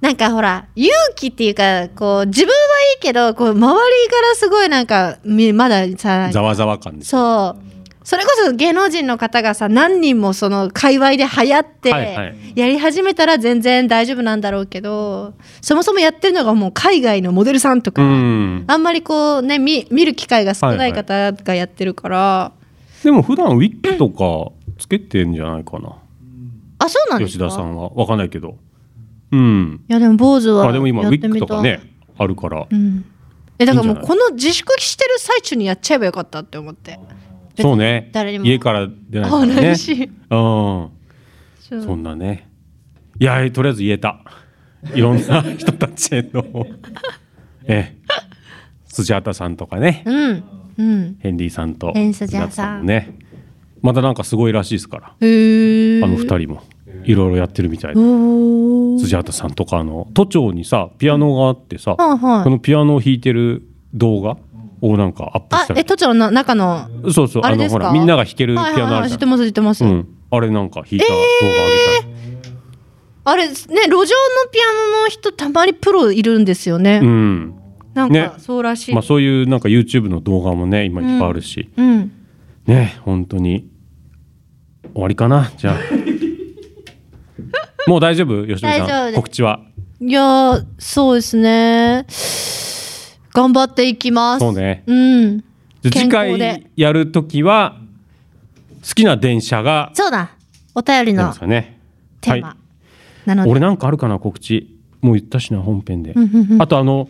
なんかほら勇気っていうかこう自分はいいけどこう周りからすごいなんかみまださざわざわ感ですそうそれこそ芸能人の方がさ何人もその界隈で流行ってはいはいやり始めたら全然大丈夫なんだろうけどそもそもやってるのがもう海外のモデルさんとか、うんあんまりこうね見見る機会が少ない方がやってるから、でも普段ウィッグとかつけてんじゃないかなあそうなんです吉か田さんはわかんないけどうんいやでも坊主はあでも今ウやっィてッグみとたかいねあるからうん、えだからもういいんじこの自粛してる最中にやっちゃえばよかったって思ってそうね誰にも家から出ないからあねないしうんそうそんなねいやとりあえず言えたいろんな人たちへの ええスジャータさんとかねうんうんヘンリーさんとヘンスジャータ夏もねまたなんかすごいらしいですからへえあの二人もいろいろやってるみたいでおースジャータさんとかあの都庁にさピアノがあってさ、はいはいこのピアノを弾いてる動画をなんかアップしあたりえ都庁の中のそうそうああれでのすかほらみんなが弾けるピアはいノはいあはるい、知じゃってます知ってます、ん、うん、あれなんか弾いた動画あげたり、あれね路上のピアノの人たまにプロいるんですよね、うんなんねかそうらしい、まあ、そういうなんか YouTube の動画もね今いっぱいあるし、うんね本当に終わりかな じゃあもう大丈夫吉野大丈夫さでんす告知はいやーそうですね頑張っていきますそうねうんじゃあ健次康で回やるときは好きな電車がそうだお便りなんのですかねテーマ、なので俺なんかあるかな告知もう言ったしな本編で、うんうんうんあとあの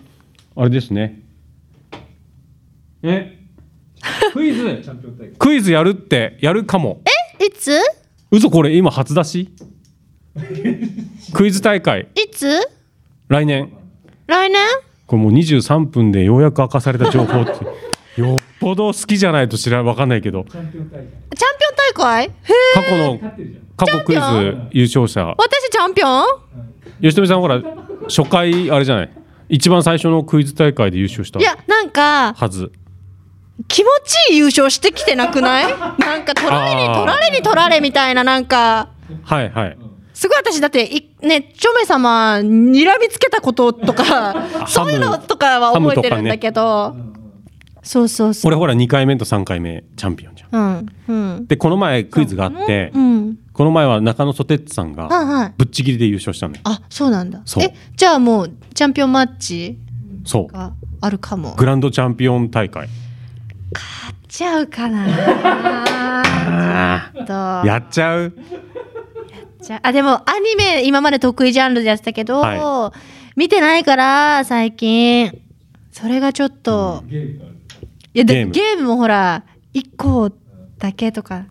あれですねえクイズクイズやるってやるかもいつ嘘これ今初出しクイズ大会いつ来年来年これもう23分でようやく明かされた情報って よっぽど好きじゃないと知らわかんないけどチャンピオン大会へえ過去の過去クイズ優勝者私チャンピオン吉富さんほら初回あれじゃない一番最初のクイズ大会で優勝したいやなんかはず気持ちいい優勝してきてなくない なんか取られにあー取られに取られみたいななんかはいはいすごい私だっていねチョメ様にらみつけたことと か そういうのとかは覚えてるんだけど、そうそうそう俺ほら2回目と3回目チャンピオンじゃんうんうんでこの前クイズがあってうんこの前は中野ソテッツさんがはいはいぶっちぎりで優勝したのよあそうなんだそうえじゃあもうチャンピオンマッチそうがあるかもグランドチャンピオン大会ちゃうか なちょっとやっちゃうじゃああでもアニメ今まで得意ジャンルでやってたけど、は見てないから最近それがちょっと、いやでゲゲーームムもほら1個だけとか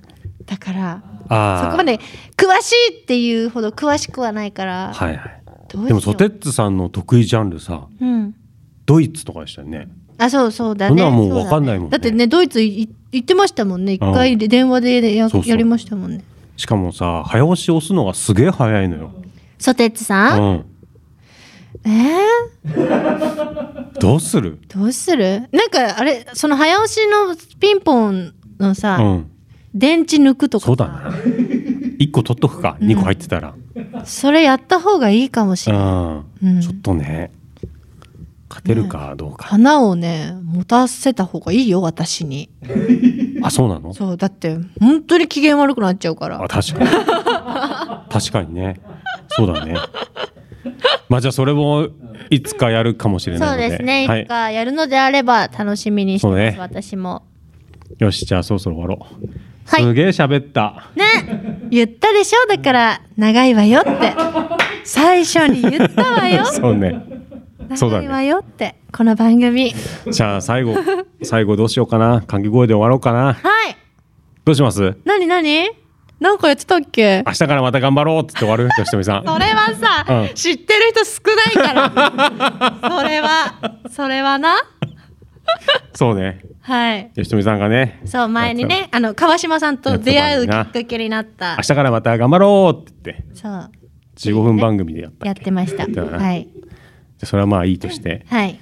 だからあーそこまで詳しいっていうほど詳しくはないから、はいはいどうしようでもソテッツさんの得意ジャンルさうんドイツとかでしたよねあそうそうだそねんなのもそだねうわかんないもんねだってねドイツい行ってましたもんね一回で電話でやそうそうやりましたもんねしかもさ早押し押すのがすげえ早いのよ、ソテツさうんん、えー、どうするどうするなんかあれその早押しのピンポンのさ、うん電池抜くとかそうだね1個取っとくか、うん2個入ってたらそれやった方がいいかもしうれない、んうんちょっとね勝てるかどうか、花をね持たせた方がいいよ私にあそうなのそうだって本当に機嫌悪くなっちゃうからあ確かに確かにねそうだねまあじゃあそれもいつかやるかもしれないそうのでですね、はいいつかやるのであれば楽しみにしてます、そうね私もよしじゃあそろそろ終わろう、はいすげえ喋った言ったでしょだから長いわよって最初に言ったわよそうね そうだ長いわねよって、この番組じゃあ最後最後どうしようかな掛け声で終わろうかなはいどうします何何なんかやってたっけ明日からまた頑張ろうっつって終わるよしとみさんそれはさ、うん知ってる人少ない からそれはそれはなそうねはいよしとみさんがねそう前にねあの川島さんと出会うきっやってた番組かなけになった明日からまた頑張ろうって言ってそう15分番組でやったやっっけてましただよねはいでそれはまあいいとしてはい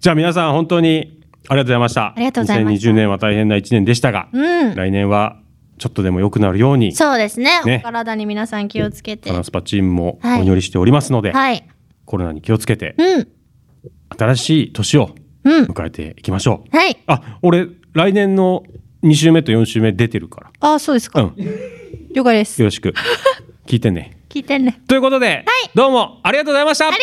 じゃあ皆さん本当にありがとうございました。ありがとうございました2020年は大変な1年でしたが、うん来年はちょっとでも良くなるように、そうですねねお体に皆さん気をつけてパナスパチームもおはい祈りしておりますので、はいコロナに気をつけて、うん新しい年をうん迎えていきましょう。はいあ、俺、来年の2週目と4週目出てるか。あそうですからうん、よ了解ですろしく。聞いてね。聞いてねということで、どうもありがとうございました。ありが